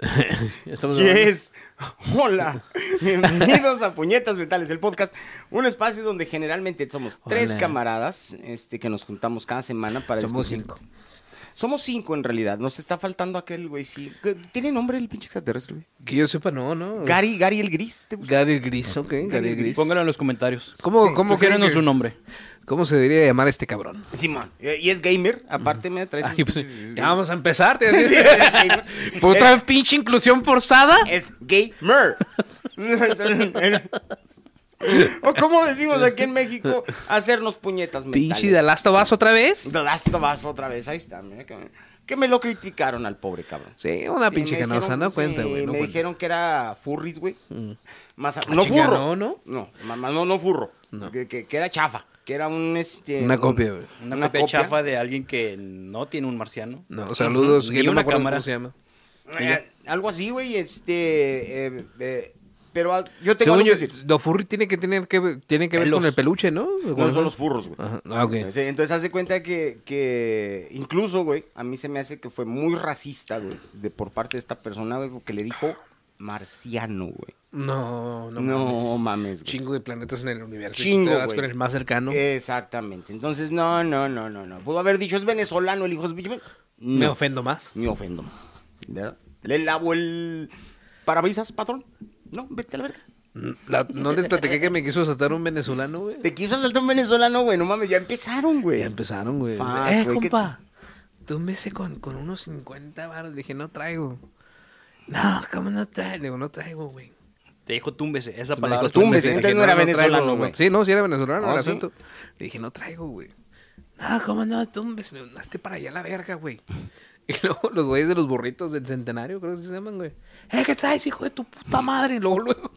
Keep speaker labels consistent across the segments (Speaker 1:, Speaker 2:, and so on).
Speaker 1: Estamos
Speaker 2: Pues,
Speaker 1: hablando-
Speaker 3: Yes. Hola, bienvenidos a Puñetas Mentales, el podcast, un espacio donde generalmente somos tres
Speaker 2: Hola.
Speaker 3: camaradas este, que nos juntamos cada semana para
Speaker 2: Somos
Speaker 3: discutir.
Speaker 2: cinco.
Speaker 3: Somos cinco en realidad, nos está faltando aquel güey, sí. ¿Qué- ¿Tiene nombre el pinche extraterrestre? güey?
Speaker 1: Que yo sepa, no, no.
Speaker 3: Gary, Gary el Gris, ¿te gusta?
Speaker 1: Gary Gris, ok. Gary
Speaker 3: Gary
Speaker 1: Gris.
Speaker 3: Gris.
Speaker 2: Pónganlo en los comentarios.
Speaker 1: ¿Cómo, cómo, creen
Speaker 2: Sugiéranos
Speaker 1: que-
Speaker 2: un nombre?
Speaker 1: ¿Cómo se debería llamar este cabrón?
Speaker 3: Simón, Eh, y es gamer, aparte me traes...
Speaker 2: Ay, pues,
Speaker 1: Ya vamos a empezar, te
Speaker 3: Sí,
Speaker 1: decía.
Speaker 3: es gamer.
Speaker 2: ¿Puta pinche inclusión forzada?
Speaker 3: Es gamer. o como decimos aquí en México, hacernos puñetas mentales.
Speaker 1: Pinche de Alasto vas otra vez.
Speaker 3: The Last of Us otra vez, ahí está, mira que me, que me lo criticaron al pobre cabrón.
Speaker 1: Sí, una
Speaker 3: Sí,
Speaker 1: pinche
Speaker 3: me
Speaker 1: canosa,
Speaker 3: dijeron-
Speaker 1: no cuenta,
Speaker 3: sí,
Speaker 1: güey. no cuenta.
Speaker 3: me
Speaker 1: Mm. Ah,
Speaker 3: dijeron que era furris, güey. Más a- no
Speaker 1: chinga,
Speaker 3: furro.
Speaker 1: no, ¿no?
Speaker 3: mamá, no, no furro. Que, que- que era chafa, que era un este
Speaker 1: Una
Speaker 3: un-
Speaker 1: copia, güey.
Speaker 2: Una, copia chafa de alguien que no tiene un marciano.
Speaker 1: No, saludos.
Speaker 2: Ujú.
Speaker 1: que
Speaker 2: Ni
Speaker 1: no me
Speaker 2: una
Speaker 1: acuerdo
Speaker 2: cámara.
Speaker 1: cómo se llama.
Speaker 3: Eh, algo así, güey, este eh, eh, pero ah, yo tengo
Speaker 1: Según
Speaker 3: algo
Speaker 1: yo,
Speaker 3: que decir.
Speaker 1: lo furry tiene que tener que ver- tiene que ver
Speaker 2: Pelos.
Speaker 1: con el peluche, ¿no?
Speaker 3: No son los furros, güey.
Speaker 1: Ajá. Ah, ok.
Speaker 3: Entonces, entonces hace cuenta que, que incluso, güey, a mí se me hace que fue muy racista, güey, de por parte de esta persona, güey, porque le dijo marciano, güey.
Speaker 1: No, no,
Speaker 3: No
Speaker 1: mames.
Speaker 3: mames, güey.
Speaker 1: Chingo de planetas en el universo.
Speaker 3: Chingo,
Speaker 1: Te vas
Speaker 3: güey.
Speaker 1: con el más cercano.
Speaker 3: Exactamente. Entonces, no, no, no, no, no. Pudo haber dicho, es venezolano el hijo de... su- No,
Speaker 1: Me ofendo más.
Speaker 3: Me ofendo más. ¿Verdad? ¿Le lavo el parabrisas, patrón? No, vete a la verga.
Speaker 1: La- no les platiqué que me quiso asaltar un venezolano, güey.
Speaker 3: Te quiso saltar un venezolano, güey. No mames, ya empezaron, güey.
Speaker 1: Ya empezaron, güey.
Speaker 3: Fuck,
Speaker 1: eh,
Speaker 3: güey, ¿qué-
Speaker 1: compa. Tú me sé con, con unos 50 baros. Le dije, no traigo. No, ¿cómo no traigo? Le digo, no traigo, güey.
Speaker 2: Te dijo túmbese. Esa
Speaker 1: Me
Speaker 2: palabra.
Speaker 1: dijo, "Túmbese".
Speaker 3: túmbese.
Speaker 1: Le
Speaker 3: Entonces
Speaker 1: dije,
Speaker 3: no era
Speaker 1: traigo,
Speaker 3: venezolano,
Speaker 1: no,
Speaker 3: güey.
Speaker 1: Sí, no, sí era venezolano
Speaker 3: Ah,
Speaker 1: el
Speaker 3: ¿sí?
Speaker 1: acento. Le dije, no traigo, güey. No, ¿cómo no? Túmbese. Le digo, Hazte para allá la verga, güey. Y luego los güeyes de los burritos del centenario, creo que se llaman, güey. Eh, ¿qué traes, hijo de tu puta madre? Y luego, luego.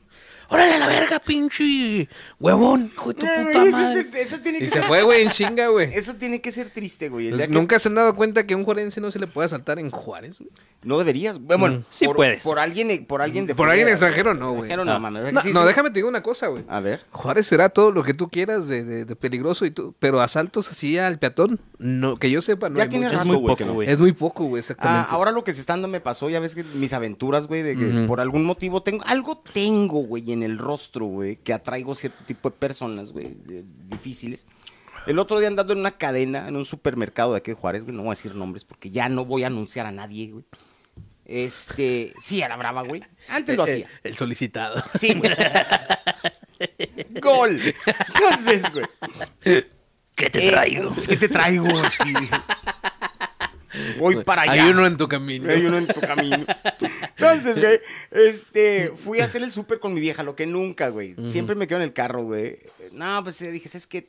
Speaker 1: Órale a la verga, pinche huevón, hijo de tu
Speaker 3: No,
Speaker 1: puta
Speaker 3: Eh, güey, eso-
Speaker 1: madre.
Speaker 3: eso- eso tiene
Speaker 1: Y
Speaker 3: que
Speaker 1: se
Speaker 3: ser-
Speaker 1: fue, güey, en chinga, güey.
Speaker 3: Eso tiene que ser triste, güey. El
Speaker 1: Entonces,
Speaker 3: día que-
Speaker 1: ¿Nunca se han dado cuenta que a un juarense no se le puede asaltar en Juárez? güey?
Speaker 3: No deberías. güey, Bueno,
Speaker 2: Mm, Sí
Speaker 3: por,
Speaker 2: puedes.
Speaker 3: Por alguien, por alguien de
Speaker 1: Por
Speaker 3: fuera.
Speaker 1: alguien extranjero, no, güey.
Speaker 3: Extranjero, no, mames.
Speaker 1: No,
Speaker 3: Ah, Sí,
Speaker 1: no,
Speaker 3: sí.
Speaker 1: déjame te digo una cosa, güey.
Speaker 3: A ver.
Speaker 1: Juárez será todo lo que tú quieras de, de- de peligroso y tú, pero asaltos así al peatón, no, que yo sepa, no
Speaker 3: Ya
Speaker 1: hay
Speaker 3: tiene
Speaker 1: muchos.
Speaker 2: Es
Speaker 3: rato,
Speaker 2: muy
Speaker 3: güey, que
Speaker 2: poco,
Speaker 3: no.
Speaker 2: güey.
Speaker 1: Es muy poco, güey,
Speaker 3: Ah,
Speaker 1: exactamente.
Speaker 3: ahora lo que se está dando me pasó, ya ves que mis aventuras, güey, de que
Speaker 1: Ujú.
Speaker 3: por algún motivo tengo, algo tengo, güey, en el rostro, güey, que atraigo cierto tipo de personas, güey, de- difíciles. El otro día andando en una cadena, en un supermercado de aquí de Juárez, güey, no voy a decir nombres porque ya no voy a anunciar a nadie, güey. Este, sí, a la brava, güey. Antes lo
Speaker 1: Eh,
Speaker 3: hacía.
Speaker 1: eh, El, solicitado.
Speaker 3: Sí, güey. Gol. Entonces, güey.
Speaker 2: ¿Qué
Speaker 3: Eh, Es que te traigo, sí. Voy para allá.
Speaker 1: Hay uno en tu camino.
Speaker 3: Hay uno en tu camino. Entonces, güey, este, fui a hacer el súper con mi vieja, lo que nunca, güey. Siempre me quedo en el carro, güey. No, pues eh, dije, es que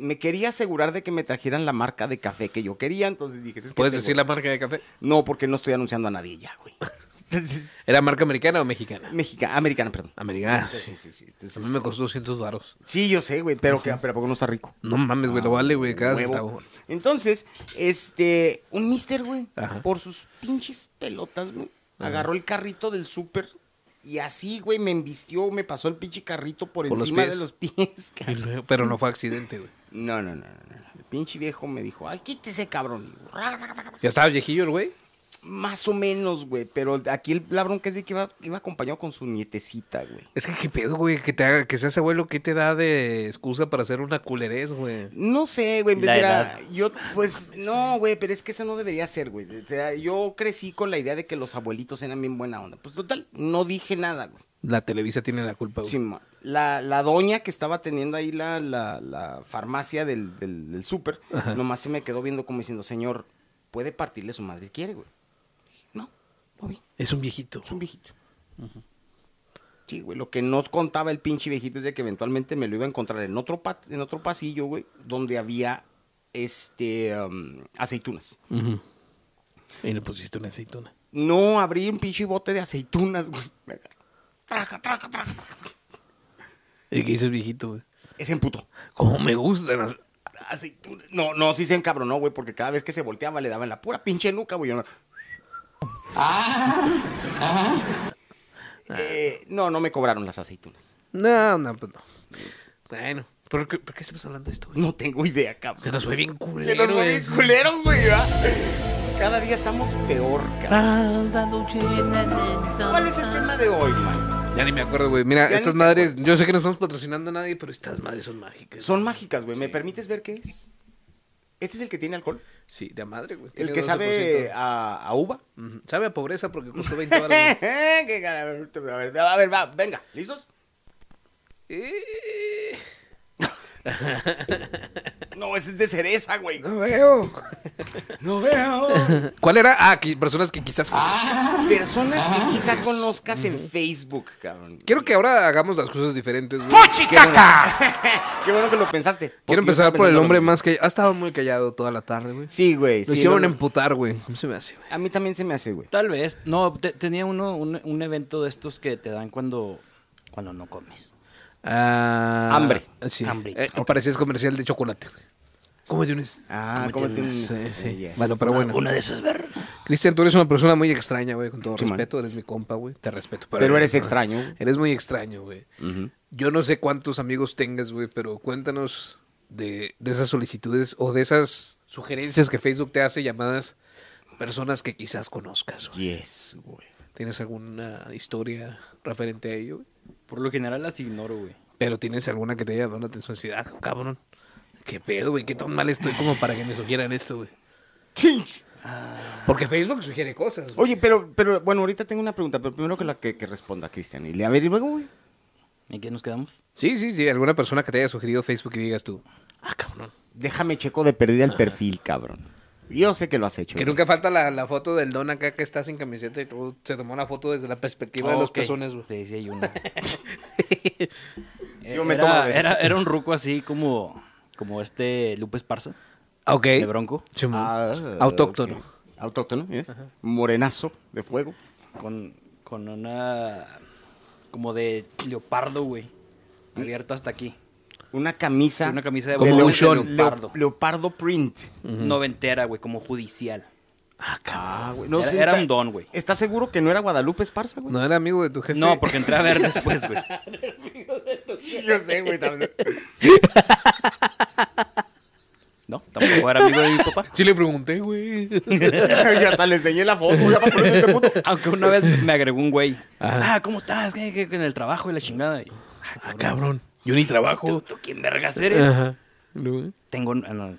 Speaker 3: me quería asegurar de que me trajeran la marca de café que yo quería, entonces dije, es que
Speaker 1: ¿Puedes
Speaker 3: tengo-
Speaker 1: decir la marca de café?
Speaker 3: No, porque no estoy anunciando a nadie ya, güey. Entonces,
Speaker 1: ¿Era marca americana o mexicana?
Speaker 3: mexicana, americana, perdón.
Speaker 1: Americana.
Speaker 3: Sí, sí, sí.
Speaker 1: A
Speaker 3: Entonces,
Speaker 1: mí me costó 200 varos.
Speaker 3: Sí, yo sé, güey, pero que pero ¿a poco no está rico.
Speaker 1: No mames, güey, lo vale, güey, cada
Speaker 3: Ah, Huevo.
Speaker 1: centavo.
Speaker 3: Entonces, este, un mister, güey,
Speaker 1: Ajá.
Speaker 3: por sus pinches pelotas, güey, agarró el carrito del súper y así, güey, me embistió, me pasó el pinche carrito por,
Speaker 1: Por los
Speaker 3: encima
Speaker 1: pies.
Speaker 3: de los pies,
Speaker 1: Y
Speaker 3: cabrón.
Speaker 1: luego- Pero no fue accidente, güey.
Speaker 3: No, no, no, no, no. El pinche viejo me dijo, ay, quítese, cabrón. Y yo,
Speaker 1: Ya estaba viejillo el güey.
Speaker 3: Más o menos, güey, pero aquí el labrón que es de que iba, iba acompañado con su nietecita, güey.
Speaker 1: Es que qué pedo, güey, que te haga, que seas abuelo, ¿qué te da de excusa para hacer una culerez, güey?
Speaker 3: No sé, güey.
Speaker 2: La
Speaker 3: Mira,
Speaker 2: edad.
Speaker 3: yo, pues, no, güey, pero es que eso no debería ser, güey. O sea, yo crecí con la idea de que los abuelitos eran bien buena onda. Pues, total, no dije nada, güey.
Speaker 1: La Televisa tiene la culpa, güey.
Speaker 3: Simón. la, la doña que estaba teniendo ahí la, la- la farmacia del, del, del súper, nomás se me quedó viendo como diciendo, señor, puede partirle su madre si quiere, güey. No, no vi.
Speaker 1: Es un viejito.
Speaker 3: Es un viejito. Sí, güey. Lo que nos contaba el pinche viejito es de que eventualmente me lo iba a encontrar en otro, pa- en otro pasillo, güey, donde había este am, aceitunas.
Speaker 1: Y le pusiste una aceituna.
Speaker 3: No abrí un pinche bote de aceitunas, güey. Traca, traca, traca, traca.
Speaker 2: ¿Y qué hizo el viejito, güey?
Speaker 3: Ese emputó.
Speaker 2: Como me gustan las...
Speaker 3: Aceituna. No, no, sí se encabronó, güey, porque cada vez que se volteaba le daban la pura pinche nuca, güey. Yo no- Eh, no, no me cobraron las aceitunas.
Speaker 2: No, no, pues no. Bueno, ¿por qué, por qué estamos hablando de esto, güey?
Speaker 3: No tengo idea, cabrón.
Speaker 2: Se nos fue bien culero,
Speaker 3: Se nos fue bien
Speaker 2: güey.
Speaker 3: culero, güey. ¿verdad? Cada día estamos peor, cabrón.
Speaker 2: Estás dando
Speaker 3: ¿Cuál es el tema de hoy, man?
Speaker 2: Ya ni me acuerdo, güey. Mira,
Speaker 3: Ya ni
Speaker 2: estas
Speaker 3: te
Speaker 2: madres,
Speaker 3: acuerdas.
Speaker 2: yo sé que no estamos patrocinando a nadie, pero estas madres son mágicas.
Speaker 3: Son
Speaker 2: güey.
Speaker 3: mágicas, güey. ¿Me
Speaker 2: Sí.
Speaker 3: permites ver qué es? ¿Este es el que tiene alcohol?
Speaker 2: Sí, de a madre, güey.
Speaker 3: ¿El
Speaker 2: Tiene
Speaker 3: que
Speaker 2: 12%.
Speaker 3: sabe a, a uva?
Speaker 2: Ujú. Sabe a pobreza porque costó 20 dólares. güey.
Speaker 3: Qué cara- a ver, a ver, va, venga, ¿listos?
Speaker 2: Eh,
Speaker 3: No, ese es de cereza, güey.
Speaker 2: No veo.
Speaker 3: No veo.
Speaker 2: ¿Cuál era? Ah, qui- personas que quizás conozcas.
Speaker 3: Personas que quizá conozcas en Facebook, cabrón.
Speaker 2: Quiero que ahora hagamos las cosas diferentes, güey.
Speaker 3: Qué bueno que lo pensaste.
Speaker 2: Quiero
Speaker 3: porque
Speaker 2: empezar
Speaker 3: estaba
Speaker 2: por el
Speaker 3: pensando
Speaker 2: hombre
Speaker 3: lo mismo.
Speaker 2: más que... Ha estado muy callado toda la tarde, güey.
Speaker 3: Sí, güey.
Speaker 2: Lo
Speaker 3: sí,
Speaker 2: hicieron
Speaker 3: no, no.
Speaker 2: emputar, güey. ¿Cómo se me hace, güey?
Speaker 3: A mí también se me hace, güey.
Speaker 4: Tal vez. No, te- tenía uno, un, un evento de estos que te dan cuando, cuando no comes.
Speaker 2: Ah,
Speaker 3: Hambre.
Speaker 2: Sí.
Speaker 4: Hambre.
Speaker 2: Eh, Parecías comercial de chocolate, güey. ¿Cómo tienes?
Speaker 3: Ah, ¿cómo tienes? Sí, yes.
Speaker 2: Bueno, pero bueno.
Speaker 4: Una de esas ver.
Speaker 2: Cristian, tú eres una persona muy extraña, güey, con todo
Speaker 3: Sí, man.
Speaker 2: respeto. Eres mi compa, güey. Te respeto.
Speaker 3: Pero eres extraño, güey.
Speaker 2: Eres muy extraño, güey.
Speaker 3: Ujú.
Speaker 2: Yo no sé cuántos amigos tengas, güey, pero cuéntanos de, de esas solicitudes o de esas sugerencias que Facebook te hace llamadas personas que quizás conozcas. güey.
Speaker 3: Yes, güey.
Speaker 2: ¿Tienes alguna historia referente a ello? güey?
Speaker 4: Por lo general las ignoro, güey.
Speaker 2: Pero tienes alguna que te haya llamado la atención. Así, "Ah, cabrón. ¿Qué pedo, güey? ¿Qué tan mal estoy como para que me sugieran esto, güey?
Speaker 3: Chinch.
Speaker 2: Porque Facebook sugiere cosas. güey.
Speaker 3: Oye, pero, pero, bueno, ahorita tengo una pregunta, pero primero que la que, que responda Cristian. Y le- a ver, y luego, güey.
Speaker 4: ¿En qué nos quedamos?
Speaker 2: Sí, sí, sí. Alguna persona que te haya sugerido Facebook y digas tú, ah, cabrón.
Speaker 3: Déjame checo de perdida el perfil, cabrón. Yo sé que lo has hecho.
Speaker 2: Que
Speaker 3: güey.
Speaker 2: nunca falta la, la foto del don acá que está sin camiseta y todo se tomó una foto desde la perspectiva de los
Speaker 4: Ok,
Speaker 2: pezones, güey.
Speaker 4: Sí, sí, hay uno.
Speaker 3: Yo me
Speaker 4: era,
Speaker 3: tomo de esas.
Speaker 4: era, era un ruco así como, como este Lupe Esparza,
Speaker 2: Ok.
Speaker 4: de Bronco,
Speaker 2: Simón.
Speaker 3: Ah,
Speaker 2: Autóctono.
Speaker 3: ok. Autóctono, yes. Morenazo de fuego.
Speaker 4: con, con una como de leopardo, güey, abierto hasta aquí.
Speaker 3: Una camisa.
Speaker 4: Sí, una camisa de
Speaker 2: Como
Speaker 3: leo-
Speaker 2: un short.
Speaker 3: leo-
Speaker 4: leopardo.
Speaker 3: leopardo print.
Speaker 4: Noventera, güey, como judicial.
Speaker 3: Ah, güey.
Speaker 4: Era-
Speaker 3: sé si
Speaker 4: era
Speaker 3: ta-
Speaker 4: un don, güey.
Speaker 3: ¿Estás seguro que no era Guadalupe Esparza, güey?
Speaker 2: ¿No era amigo de tu jefe?
Speaker 4: No, porque entré a ver después, güey.
Speaker 3: Sí, yo sé, güey. también.
Speaker 4: No, tampoco era amigo de mi papá.
Speaker 2: Sí le pregunté, güey.
Speaker 3: yo hasta le enseñé la foto. ya para ponerse este puto.
Speaker 4: Aunque una vez me agregó un güey. Ah, ¿cómo estás? ¿Qué, qué- qué en el trabajo y la chingada? Y yo, ah,
Speaker 2: Ah,
Speaker 4: cabrón,
Speaker 2: cabrón. Yo ni trabajo.
Speaker 4: ¿Tú, tú quién vergas eres?
Speaker 2: Ajá. Luego,
Speaker 4: Tengo... un- ah, No,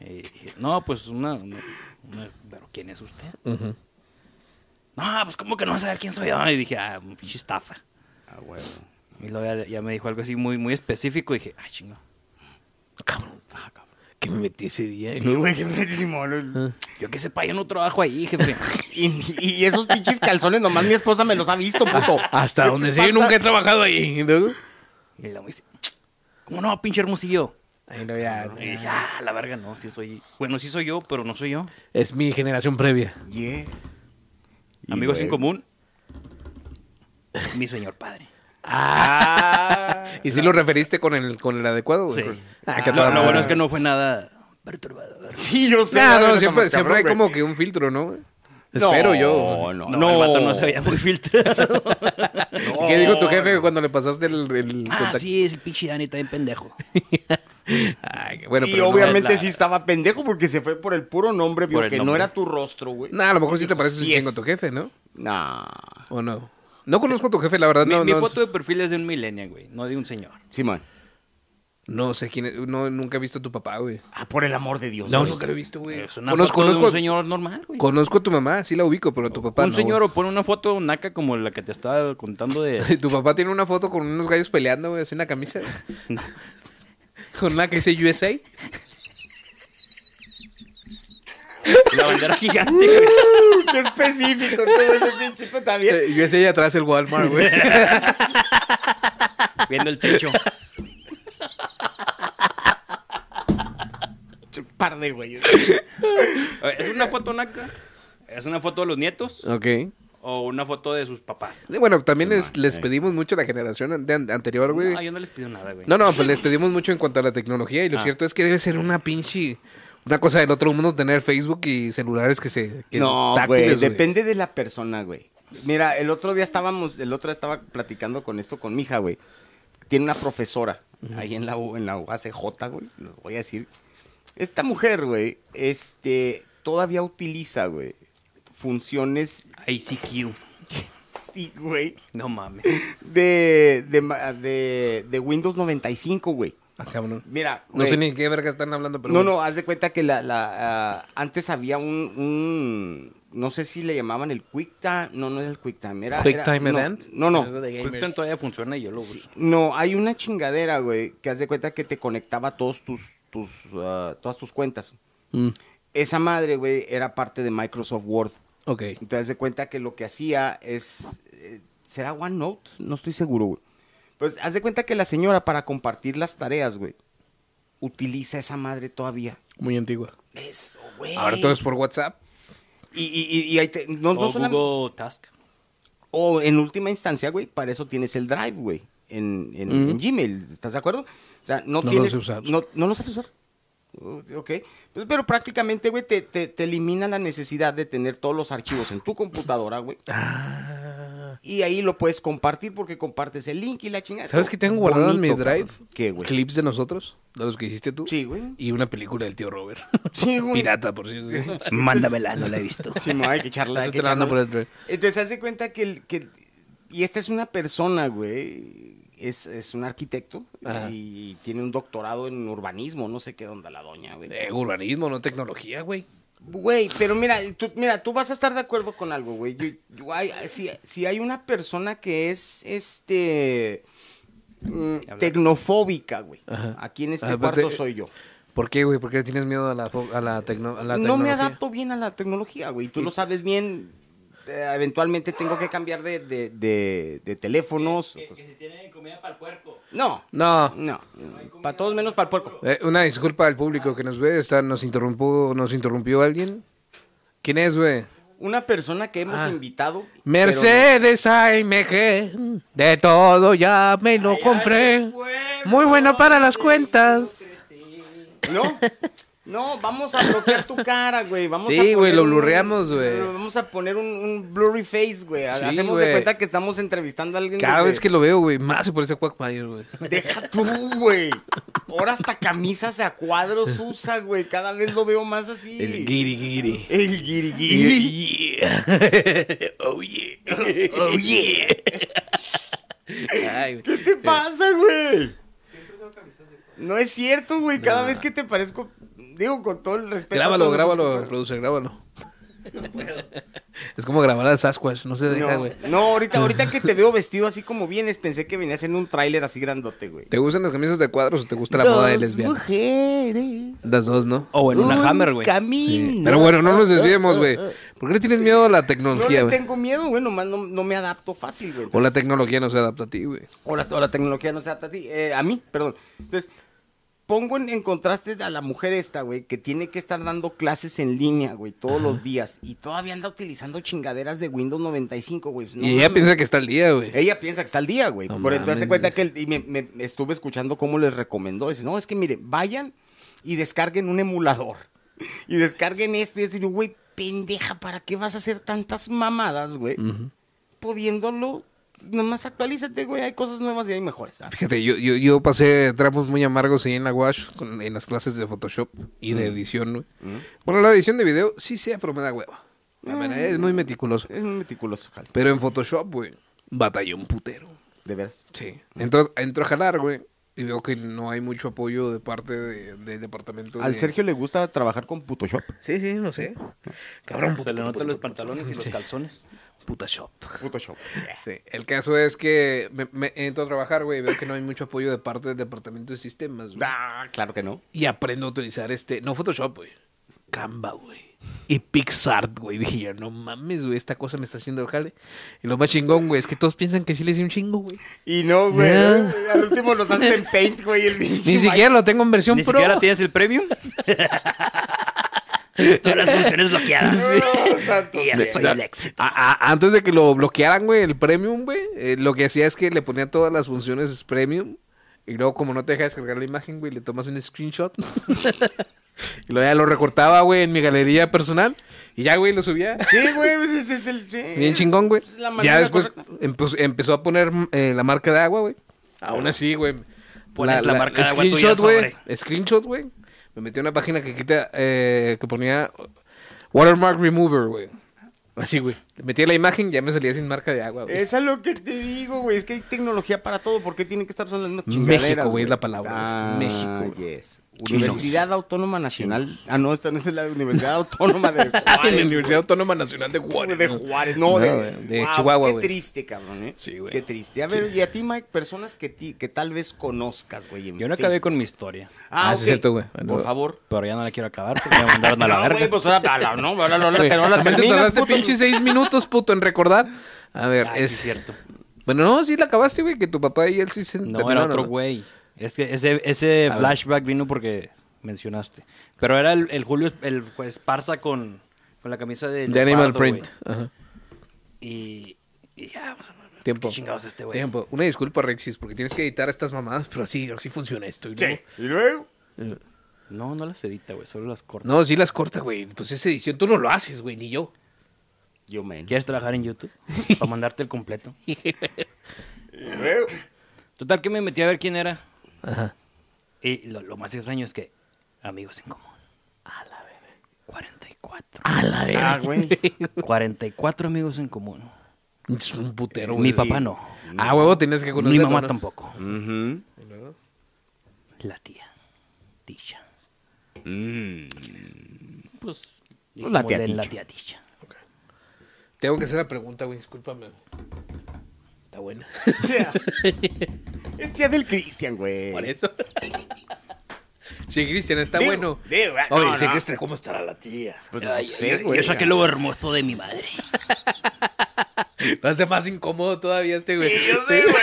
Speaker 4: Eh, no, pues una, una- una- ¿Pero quién es usted? No, pues ¿cómo que no vas a saber quién soy yo? Y dije, ah, pinche estafa.
Speaker 3: Ah, güey.
Speaker 4: Y luego ya, ya me dijo algo así muy, muy específico. Y dije, ah, chingo.
Speaker 2: Cabrón. Que me metí ese día.
Speaker 3: Sí, güey, qué buenísimo. ¿no?
Speaker 4: Yo qué sepa, yo no trabajo ahí, jefe.
Speaker 3: Y, y esos pinches calzones, nomás mi esposa me los ha visto, puto.
Speaker 2: Hasta donde sé, yo nunca he trabajado ahí. Y luego-
Speaker 4: Y luego me dice, ¿cómo no, pinche hermosillo?
Speaker 2: Ahí no, ya,
Speaker 4: Y dije, ah, la verga, no, sí soy... Bueno, sí soy yo, pero no soy yo.
Speaker 2: Es mi generación previa.
Speaker 3: Yes. Y
Speaker 4: Amigos en
Speaker 3: luego-
Speaker 4: común. Mi señor padre.
Speaker 3: Ah.
Speaker 2: ¿Y si lo referiste con el, con el adecuado,
Speaker 4: Sí.
Speaker 2: güey?
Speaker 4: Ah,
Speaker 2: que
Speaker 4: lo,
Speaker 2: toda
Speaker 4: lo
Speaker 2: madre.
Speaker 4: bueno es que no fue nada perturbador.
Speaker 3: Sí, yo sé.
Speaker 2: Nah, Ah, no,
Speaker 3: güey, estamos
Speaker 2: siempre, siempre hay
Speaker 3: cabrón,
Speaker 2: como que un filtro, ¿no?
Speaker 3: güey.
Speaker 2: Espero yo.
Speaker 3: No,
Speaker 4: No,
Speaker 3: no,
Speaker 4: el vato no se veía muy filtrado.
Speaker 2: ¿Y ¿Qué dijo tu jefe cuando le pasaste el, el
Speaker 4: ah,
Speaker 2: contacto?
Speaker 4: sí, ese pinche Dani está bien pendejo.
Speaker 2: Ay, bueno,
Speaker 3: y
Speaker 2: pero no.
Speaker 3: obviamente
Speaker 4: la-
Speaker 3: sí estaba pendejo porque se fue por el puro nombre, vio
Speaker 4: Por el
Speaker 3: que no
Speaker 4: nombre.
Speaker 3: era tu rostro, güey.
Speaker 2: Nah, a lo mejor sí te
Speaker 3: Dijo,
Speaker 2: pareces un
Speaker 3: "Sí
Speaker 2: chingo a
Speaker 3: es".
Speaker 2: tu jefe, ¿no?
Speaker 3: Nah.
Speaker 2: ¿O no? No conozco a tu jefe, la verdad, no,
Speaker 4: mi, mi
Speaker 2: no,
Speaker 4: foto de perfil es de un millennial, güey, no de un señor.
Speaker 3: Simón.
Speaker 2: no sé quién es, no, nunca he visto a tu papá, güey.
Speaker 3: Ah, por el amor de Dios.
Speaker 2: No,
Speaker 3: güey.
Speaker 2: nunca lo he visto, güey.
Speaker 4: Es una
Speaker 2: Conozco,
Speaker 4: foto de
Speaker 2: conozco,
Speaker 4: un señor normal, güey.
Speaker 2: conozco a tu mamá, sí la ubico, pero a tu papá
Speaker 4: un
Speaker 2: no,
Speaker 4: señor
Speaker 2: güey.
Speaker 4: o pone una foto naca como la que te estaba contando de...
Speaker 2: Tu papá tiene una foto con unos gallos peleando, güey, así en la camisa.
Speaker 4: No.
Speaker 2: Con una que dice USA.
Speaker 4: La bandera gigante, güey.
Speaker 3: Qué específico todo ese pinche chico también.
Speaker 2: Eh, USA y atrás el Walmart, güey.
Speaker 4: viendo el techo.
Speaker 3: Par de güeyes.
Speaker 4: Eh, Es una foto naca. Es una foto de los nietos.
Speaker 2: ok.
Speaker 4: o una foto de sus papás.
Speaker 2: Y Bueno, también
Speaker 3: Sí,
Speaker 2: les,
Speaker 3: no,
Speaker 2: les
Speaker 3: sí.
Speaker 2: pedimos mucho a la generación an- de an- anterior, güey.
Speaker 4: No, Ah, yo no les pido nada, güey.
Speaker 2: No, no, pues les pedimos mucho en cuanto a la tecnología y lo
Speaker 4: Ah.
Speaker 2: cierto es que debe ser una pinche... Una cosa del otro mundo tener Facebook y celulares que se... que
Speaker 3: No, güey,
Speaker 2: táctiles, güey.
Speaker 3: depende de la persona, güey. Mira, el otro día estábamos, el otro día estaba platicando con esto con mi hija, güey. Tiene una profesora ahí en la, U- en la UACJ, güey, lo voy a decir. Esta mujer, güey, este, todavía utiliza, güey, funciones,
Speaker 4: ICQ.
Speaker 3: sí, güey,
Speaker 4: No mames.
Speaker 3: de, de, ma- de, de Windows 95, güey.
Speaker 2: Ah, cabrón.
Speaker 3: Mira,
Speaker 2: No sé
Speaker 3: güey.
Speaker 2: ni en qué verga están hablando, pero...
Speaker 3: No,
Speaker 2: bueno.
Speaker 3: no, haz de cuenta que la, la, ah, antes había un, un- no sé si le llamaban el Quick Time, no, no es el Quick Time, era...
Speaker 2: Quick
Speaker 3: era-
Speaker 2: Time
Speaker 3: no,
Speaker 2: Event.
Speaker 3: No, no,
Speaker 2: Eso de gamers.
Speaker 4: QuickTime Pues todavía funciona y yo lo uso.
Speaker 3: Sí, no, hay una chingadera, güey, que haz de cuenta que te conectaba todos tus, tus, ah, todas tus cuentas.
Speaker 2: Mm,
Speaker 3: Esa madre, güey, era parte de Microsoft Word.
Speaker 2: ok.
Speaker 3: Entonces haz de cuenta que lo que hacía es, eh, ¿será OneNote? No estoy seguro, güey. Pues haz de cuenta que la señora para compartir las tareas, güey, utiliza esa madre todavía.
Speaker 2: Muy antigua.
Speaker 3: Eso, güey.
Speaker 2: Ahora Oh, todo es por WhatsApp.
Speaker 3: Y, y, y- y ahí te- no,
Speaker 4: O
Speaker 3: no solam-
Speaker 4: Google Task.
Speaker 3: o en última instancia, güey, para eso tienes el Drive, güey, en, en, en Gmail, ¿estás de acuerdo? O sea, no,
Speaker 2: No lo
Speaker 3: tienes...
Speaker 2: sé usar.
Speaker 3: No, no lo sabes usar. Uh, Ok, Pues, pero prácticamente, güey, te, te, te elimina la necesidad de tener todos los archivos en tu computadora, güey.
Speaker 2: Ah.
Speaker 3: Y ahí lo puedes compartir porque compartes el link y la chingada.
Speaker 2: ¿Sabes qué tengo guardado en mi
Speaker 3: Bonito,
Speaker 2: drive?
Speaker 3: cabrón. ¿Qué, güey?
Speaker 2: Clips de nosotros, de los que hiciste tú.
Speaker 3: Sí, güey.
Speaker 2: Y una película del tío Robert.
Speaker 3: Sí, güey.
Speaker 2: Pirata, por cierto.
Speaker 4: Mándamela, no la he visto.
Speaker 3: Sí, no, hay que echarla. hay
Speaker 2: Eso
Speaker 3: que
Speaker 2: te la ando
Speaker 3: echarla.
Speaker 2: por el drive.
Speaker 3: Entonces, hace cuenta que, el- que- Y esta es una persona, güey. Es, es un arquitecto
Speaker 2: Ajá.
Speaker 3: y tiene un doctorado en urbanismo. No sé qué onda la doña, güey.
Speaker 2: Eh, urbanismo, no tecnología, güey.
Speaker 3: Güey, pero mira tú, mira, tú vas a estar de acuerdo con algo, güey. Yo- yo- hay- si, si hay una persona que es, este... mm, tecnofóbica, güey.
Speaker 2: Ajá.
Speaker 3: Aquí en este
Speaker 2: Ah, pues
Speaker 3: cuarto
Speaker 2: te-
Speaker 3: soy yo.
Speaker 2: ¿Por qué, güey? ¿Por qué le tienes miedo a la, fo- a la, tecno- a la
Speaker 3: no me
Speaker 2: tecnología?
Speaker 3: adapto bien a la tecnología, güey. Tú lo sabes bien. eh, eventualmente tengo que cambiar de, de- de- de teléfonos.
Speaker 4: si tienen comida para el puerco.
Speaker 3: No,
Speaker 2: No.
Speaker 3: no. Para todos menos para el puerco.
Speaker 2: Eh, una disculpa al público que nos ve. Está, nos, interrumpió, nos interrumpió alguien. ¿Quién es, güey?
Speaker 3: Una persona que hemos
Speaker 2: Ah.
Speaker 3: invitado. pero
Speaker 2: Mercedes AMG, de todo ya me lo compré. Muy bueno para las cuentas.
Speaker 3: No, no. No, vamos a bloquear tu cara, güey. Vamos
Speaker 2: Sí,
Speaker 3: a poner
Speaker 2: güey, lo
Speaker 3: un-
Speaker 2: blurreamos, güey.
Speaker 3: Vamos a poner un, un blurry face, güey.
Speaker 2: Sí,
Speaker 3: Hacemos
Speaker 2: güey.
Speaker 3: de cuenta que estamos entrevistando a alguien.
Speaker 2: Cada
Speaker 3: desde-
Speaker 2: vez que lo veo, güey, más se parece a Quackmayer, güey.
Speaker 3: Deja tú, güey. Ahora hasta camisas a cuadros usa, güey. Cada vez lo veo más así.
Speaker 2: El guiri guiri.
Speaker 3: El guiri guiri.
Speaker 2: Yeah. Oh yeah.
Speaker 3: Oh, yeah.
Speaker 2: Ay,
Speaker 3: ¿Qué te pasa, güey? No es cierto, güey. Cada vez que te parezco, digo con todo el respeto.
Speaker 2: grábalo,
Speaker 3: a todos
Speaker 2: grábalo,
Speaker 3: nuestros-
Speaker 2: producer, grábalo. es como grabar a Sasquatch, no se deja, güey.
Speaker 3: No, no, ahorita, ahorita que te veo vestido así como vienes, pensé que venías en un tráiler así grandote, güey.
Speaker 2: ¿Te gustan las camisas de cuadros o te gusta la moda de lesbianas?
Speaker 3: mujeres.
Speaker 2: Las dos, ¿no?
Speaker 4: O en una
Speaker 3: un
Speaker 4: Hammer, güey.
Speaker 3: Camino.
Speaker 2: Sí. Pero bueno, no nos
Speaker 3: Ah, ah,
Speaker 2: desviemos, güey.
Speaker 3: ah, ah.
Speaker 2: ¿Por qué le tienes miedo a la
Speaker 3: No
Speaker 2: tecnología,
Speaker 3: le
Speaker 2: güey?
Speaker 3: tengo miedo, güey, nomás no, no me adapto fácil, güey.
Speaker 2: O la
Speaker 3: Entonces-
Speaker 2: tecnología no se adapta a ti, güey.
Speaker 3: O la, o la tecnología no se adapta a ti, eh, a mí, perdón. Entonces, pongo en, en contraste a la mujer esta, güey, que tiene que estar dando clases en línea, güey, todos los días. Y todavía anda utilizando chingaderas de Windows 95, güey. Pues, no
Speaker 2: y ella
Speaker 3: mames.
Speaker 2: piensa que está al día, güey.
Speaker 3: Ella piensa que está al día, güey.
Speaker 2: No
Speaker 3: Por entonces
Speaker 2: mames,
Speaker 3: se cuenta que él- y me, me- me estuve escuchando cómo les recomendó. Dice, no, es que miren, vayan y descarguen un emulador. Y descarguen esto. Y esto. Y yo, güey, pendeja, ¿para qué vas a hacer tantas mamadas, güey? Pudiéndolo, nomás actualízate, güey. Hay cosas nuevas y hay mejores. Ah, ¿verdad?
Speaker 2: Fíjate, yo, yo, yo pasé trapos muy amargos ahí en la Wash, con- en las clases de Photoshop y de edición, güey. Bueno, la edición de video sí sea, pero me da hueva. La verdad, es muy meticuloso.
Speaker 3: Es muy meticuloso, jale.
Speaker 2: Pero en Photoshop, güey, batalló un putero.
Speaker 3: De veras.
Speaker 2: Sí. Entro, entro a jalar, güey, y veo que no hay mucho apoyo de parte de- del departamento.
Speaker 3: Al
Speaker 2: de-
Speaker 3: Sergio le gusta trabajar con Putoshop.
Speaker 2: Sí, sí, no sé. Cabrón,
Speaker 4: Se le notan los pantalones y los calzones.
Speaker 2: puta shop.
Speaker 3: Putoshop.
Speaker 2: Sí, el caso es que me, me entro a trabajar, güey, y veo que no hay mucho apoyo de parte del departamento de sistemas, güey.
Speaker 3: Ah, claro que no.
Speaker 2: Y aprendo a utilizar este, no Photoshop, güey. Canva, güey. Y PixArt, güey. Dije yo, no mames, güey, esta cosa me está haciendo el jale. Y lo más chingón, güey, es que todos piensan que sí le hice un chingo, güey.
Speaker 3: Y no, güey.
Speaker 2: Ya.
Speaker 3: Al último los haces en paint, güey. El
Speaker 2: Ni siquiera lo tengo en versión
Speaker 4: Ni
Speaker 2: pro.
Speaker 4: siquiera tienes el premium. Todas las funciones bloqueadas. y ya soy el éxito.
Speaker 2: A- a- antes de que lo bloquearan, güey, el premium, güey, eh, lo que hacía es que le ponía todas las funciones premium. Y luego, como no te deja descargar la imagen, güey, le tomas un screenshot. y luego ya lo recortaba, güey, en mi galería personal. Y ya, güey, lo subía.
Speaker 3: Sí, güey, pues, ese es el. sí.
Speaker 2: Bien chingón, güey.
Speaker 3: pues, Es la manera
Speaker 2: Ya después
Speaker 3: correcta.
Speaker 2: empe- empezó a poner eh, la marca de agua, güey. Aún así, güey.
Speaker 4: Pones la marca de agua tuya
Speaker 2: Screenshot, güey.
Speaker 4: sobre.
Speaker 2: Screenshot, güey. Me metí a una página que quita, eh, que ponía Watermark Remover, güey. Así, güey. Le metí la imagen y ya me salía sin marca de agua, güey.
Speaker 3: Es a lo que te digo, güey. Es que hay tecnología para todo. ¿Por qué tienen que estar usando las mismas
Speaker 2: México,
Speaker 3: chingaderas? Ah,
Speaker 2: güey, es la palabra, güey. México, güey.
Speaker 3: yes. Universidad Autónoma Nacional. Ah, no, esta no es la Universidad Autónoma de
Speaker 2: En la
Speaker 3: Juárez.
Speaker 2: Universidad Autónoma Nacional de
Speaker 3: güey,
Speaker 2: Juárez.
Speaker 3: de Juárez, no,
Speaker 2: No,
Speaker 3: de,
Speaker 2: güey, de
Speaker 3: Wow, pues
Speaker 2: Chihuahua,
Speaker 3: Qué
Speaker 2: güey.
Speaker 3: triste, cabrón, ¿eh?
Speaker 2: Sí, güey.
Speaker 3: Qué triste. A ver, y a ti, Mike, personas que, ti- que tal vez conozcas, güey. en
Speaker 4: Yo no acabé
Speaker 3: Facebook.
Speaker 4: con mi historia,
Speaker 2: Ah,
Speaker 3: Ah, ok.
Speaker 2: sí es cierto, güey.
Speaker 3: Por favor.
Speaker 4: pero ya no la quiero acabar porque me mandaron a la
Speaker 3: No, güey,
Speaker 4: verga.
Speaker 3: pues ahora, ahora- no, ahora, ahora-
Speaker 2: Güey,
Speaker 3: ahora- ahora
Speaker 2: también te
Speaker 3: terminas,
Speaker 2: tardaste
Speaker 3: puto.
Speaker 2: pinche seis minutos, puto, en recordar. A ver,
Speaker 4: Ah, sí,
Speaker 2: es...
Speaker 4: es cierto.
Speaker 2: Bueno, no, sí la acabaste, güey, que tu papá y él sí se
Speaker 4: No, era
Speaker 2: terminaron,
Speaker 4: otro
Speaker 2: ¿no?
Speaker 4: güey. Es que ese, ese
Speaker 2: A ver.
Speaker 4: flashback vino porque mencionaste. Pero era el, el Julio el, pues, Esparza con, con la camisa de...
Speaker 2: De Animal
Speaker 4: Leopardo,
Speaker 2: Print.
Speaker 4: güey.
Speaker 2: Ajá.
Speaker 4: Y, y ya, vamos a ver.
Speaker 2: Tiempo.
Speaker 4: ¿Qué chingados este güey?
Speaker 2: Tiempo. Una disculpa, Rexis, porque tienes que editar estas mamadas, pero así, así funciona esto. y luego-
Speaker 3: Y luego.
Speaker 4: No, no las edita, güey. Solo las corta.
Speaker 2: No, sí las corta, güey. Pues esa edición tú no lo haces, güey, ni yo.
Speaker 3: Yo, man.
Speaker 4: ¿Quieres trabajar en YouTube? Para mandarte el completo.
Speaker 3: Y luego.
Speaker 4: Total que me metí a ver quién era.
Speaker 2: Ajá.
Speaker 4: Y lo, lo más extraño es que amigos en común. A la verga. 44.
Speaker 3: Ah, güey.
Speaker 4: 44 amigos en común.
Speaker 2: Es un putero, güey.
Speaker 4: Mi papá no.
Speaker 2: Ah, huevo, tenías que
Speaker 4: Mi
Speaker 2: conocerlo.
Speaker 4: mamá
Speaker 2: ¿no?
Speaker 4: tampoco.
Speaker 3: Ujú.
Speaker 4: La tía. Tisha.
Speaker 3: Mm.
Speaker 4: Pues
Speaker 3: Pues la tía
Speaker 4: dijimosle
Speaker 3: Tisha.
Speaker 4: tía Tisha.
Speaker 2: Tengo que hacer la pregunta, güey, discúlpame. Está buena.
Speaker 3: O sea, es tía del Cristian, güey.
Speaker 2: Por eso. sí, Cristian, está
Speaker 3: Digo,
Speaker 2: bueno.
Speaker 3: digo, ah,
Speaker 2: Oye,
Speaker 3: no,
Speaker 2: sí,
Speaker 3: no.
Speaker 2: Cristian, ¿cómo estará la tía?
Speaker 3: Pues no
Speaker 4: Ay,
Speaker 3: sé,
Speaker 4: yo- yo,
Speaker 3: güey.
Speaker 4: saqué lo hermoso de mi madre.
Speaker 2: Lo hace más incómodo todavía este, güey.
Speaker 3: Sí, yo sé, güey.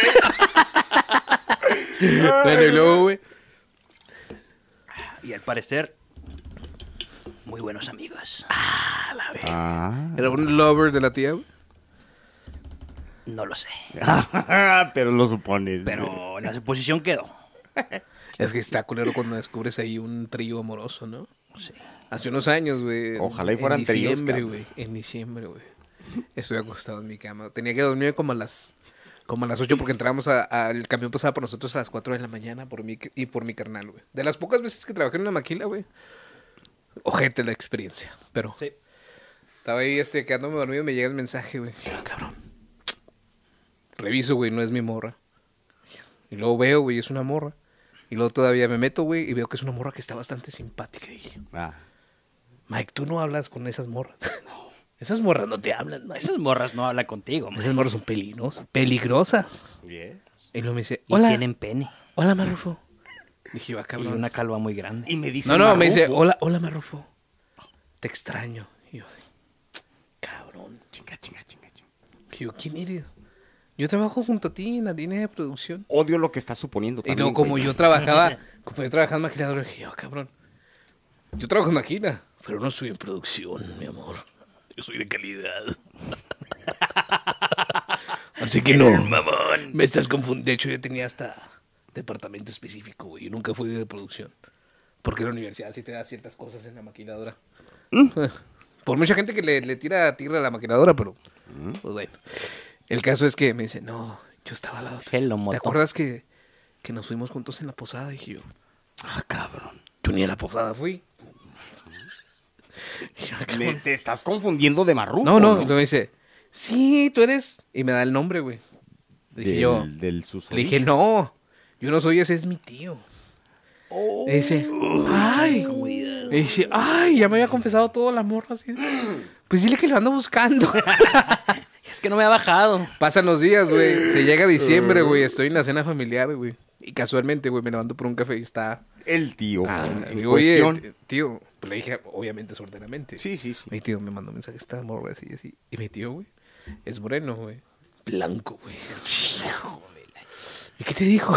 Speaker 2: Bueno, y luego, güey.
Speaker 4: Y al parecer, muy buenos amigos.
Speaker 3: Ah,
Speaker 2: Era un lover de la tía, güey.
Speaker 4: No lo sé.
Speaker 3: pero lo supones.
Speaker 4: Pero la suposición quedó.
Speaker 2: Es que está culero cuando descubres ahí un trío amoroso, ¿no?
Speaker 4: Sí.
Speaker 2: Hace unos años, güey. en-
Speaker 3: Ojalá y fueran
Speaker 2: En
Speaker 3: tríos,
Speaker 2: diciembre,
Speaker 3: cabrón.
Speaker 2: güey. En diciembre, güey. Estuve acostado en mi cama. Tenía que dormir como a las... Como a las 8 porque entrábamos a- al camión pasaba por nosotros a las 4 de la mañana por mí y por mi carnal, güey. De las pocas veces que trabajé en una maquila, güey. Ojete la experiencia, pero...
Speaker 4: Sí.
Speaker 2: Estaba ahí este, quedándome dormido y me llega el mensaje, güey. Ah, cabrón. Reviso, güey, no es mi morra. Y luego veo, güey, es una morra. Y luego todavía me meto, güey, y veo que es una morra que está bastante simpática. Y dije,
Speaker 3: Ah.
Speaker 2: Mike, tú no hablas con esas morras. Esas morras no te hablan, Mike.
Speaker 4: Esas morras no hablan contigo. man.
Speaker 2: Esas morras son peligrosas, peligrosas.
Speaker 3: Bien.
Speaker 2: Y luego me dice,
Speaker 4: Y
Speaker 2: hola,
Speaker 4: tienen pene.
Speaker 2: hola, Marrufo. Dije, va,
Speaker 4: Y
Speaker 2: ah, cabrón.
Speaker 4: una calva muy grande.
Speaker 3: Ah, Y me dice.
Speaker 2: No, no, me
Speaker 3: Marrufo.
Speaker 2: dice, hola, hola, Marrufo. Te extraño. Y yo, cabrón.
Speaker 3: Chinga, chinga, chinga, chinga.
Speaker 2: Y yo, ¿quién eres? Yo trabajo junto a ti en la línea de producción.
Speaker 3: Odio lo que está suponiendo.
Speaker 2: Y
Speaker 3: También,
Speaker 2: luego, como
Speaker 3: güey.
Speaker 2: yo trabajaba, como yo trabajaba en maquiladora, dije, oh, cabrón. Yo trabajo en maquila, pero no estoy en producción, mi amor. Yo soy de calidad. Así que no. Mamón. Me estás confundiendo. De hecho, yo tenía hasta departamento específico, güey. Yo nunca fui de producción. Porque la universidad sí te da ciertas cosas en la maquiladora.
Speaker 4: Mm.
Speaker 2: Por mucha gente que le, le tira tierra a la maquiladora, pero.
Speaker 4: Mm.
Speaker 2: Pues bueno. El caso es que me dice, no, yo estaba al lado tuyo.
Speaker 4: Hello, moto.
Speaker 2: ¿Te acuerdas que, que nos fuimos juntos en la posada? Dije yo, ah, cabrón. Yo ni a la posada fui. Dije, "Ah,
Speaker 3: Me-
Speaker 2: cabrón".
Speaker 3: te estás confundiendo de Marrufo.
Speaker 2: no, no, luego me dice, sí, tú eres. Y me da el nombre, güey. Dije
Speaker 3: Del,
Speaker 2: yo,
Speaker 3: del suso.
Speaker 2: le dije, no, yo no soy ese, es mi tío. Le dice, Oh. ay. Le dice, ay, ya me había confesado todo el amor así. Pues dile que lo ando buscando.
Speaker 4: Es que no me ha bajado.
Speaker 2: Pasan los días, güey. Se llega diciembre, güey. Estoy en la cena familiar, güey. Y casualmente, güey, me levanto por un café y está.
Speaker 3: El tío.
Speaker 2: Ah,
Speaker 3: güey, en
Speaker 2: digo, oye,
Speaker 3: cuestión.
Speaker 2: t- tío. Pues Le dije, obviamente, sorteramente.
Speaker 3: Sí, sí, sí.
Speaker 2: Mi tío me mandó mensaje, está morro así, así. Y mi tío, güey, es moreno, güey. Blanco, güey. Hijo de la- ¿Y qué te dijo?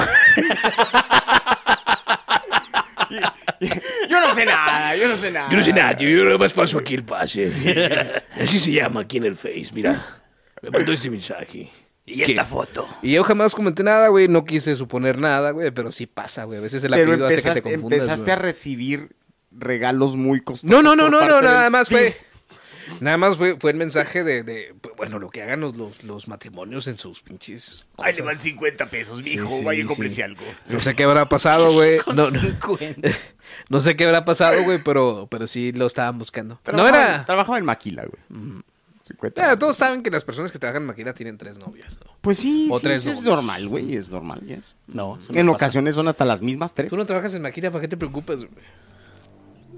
Speaker 3: Yo no sé nada, yo no sé nada.
Speaker 5: Yo no sé nada, tío, yo nada más paso aquí el pase. Así se llama aquí en el Face, mira. Me mandó este mensaje.
Speaker 4: Y esta foto.
Speaker 2: Y yo jamás comenté nada, güey. No quise suponer nada, güey. Pero sí pasa, güey. A veces el
Speaker 3: Pero
Speaker 2: apellido hace que te
Speaker 3: empezaste,
Speaker 2: confundas.
Speaker 3: empezaste
Speaker 2: güey.
Speaker 3: a recibir regalos muy costosos.
Speaker 2: No, no, no,
Speaker 3: por
Speaker 2: no,
Speaker 3: parte
Speaker 2: no,
Speaker 3: del
Speaker 2: nada más
Speaker 3: team.
Speaker 2: fue. Nada más fue, fue el mensaje de, de, pues, bueno, lo que hagan los, los, los matrimonios en sus pinches.
Speaker 6: Ahí le van 50 pesos, mijo.
Speaker 2: Sí, sí,
Speaker 6: Vaya, cómprese
Speaker 2: sí.
Speaker 6: algo.
Speaker 2: No sé qué habrá pasado, güey. No, no,
Speaker 4: Cincuenta.
Speaker 2: no sé qué habrá pasado, güey, pero, pero sí lo estaban buscando. No
Speaker 3: Trabajaba,
Speaker 2: era.
Speaker 3: Trabajaba en Maquila, güey. 50.
Speaker 2: Ah, todos saben que las personas que trabajan en máquina tienen tres novias, ¿no?
Speaker 3: Pues sí,
Speaker 2: O
Speaker 3: sí,
Speaker 2: tres
Speaker 3: sí, es
Speaker 2: novios.
Speaker 3: normal, güey, es normal. ya es.
Speaker 4: No. eso no
Speaker 3: En
Speaker 4: pasa.
Speaker 3: ocasiones son hasta las mismas tres.
Speaker 2: Tú no trabajas en máquina, ¿para qué te preocupas, güey?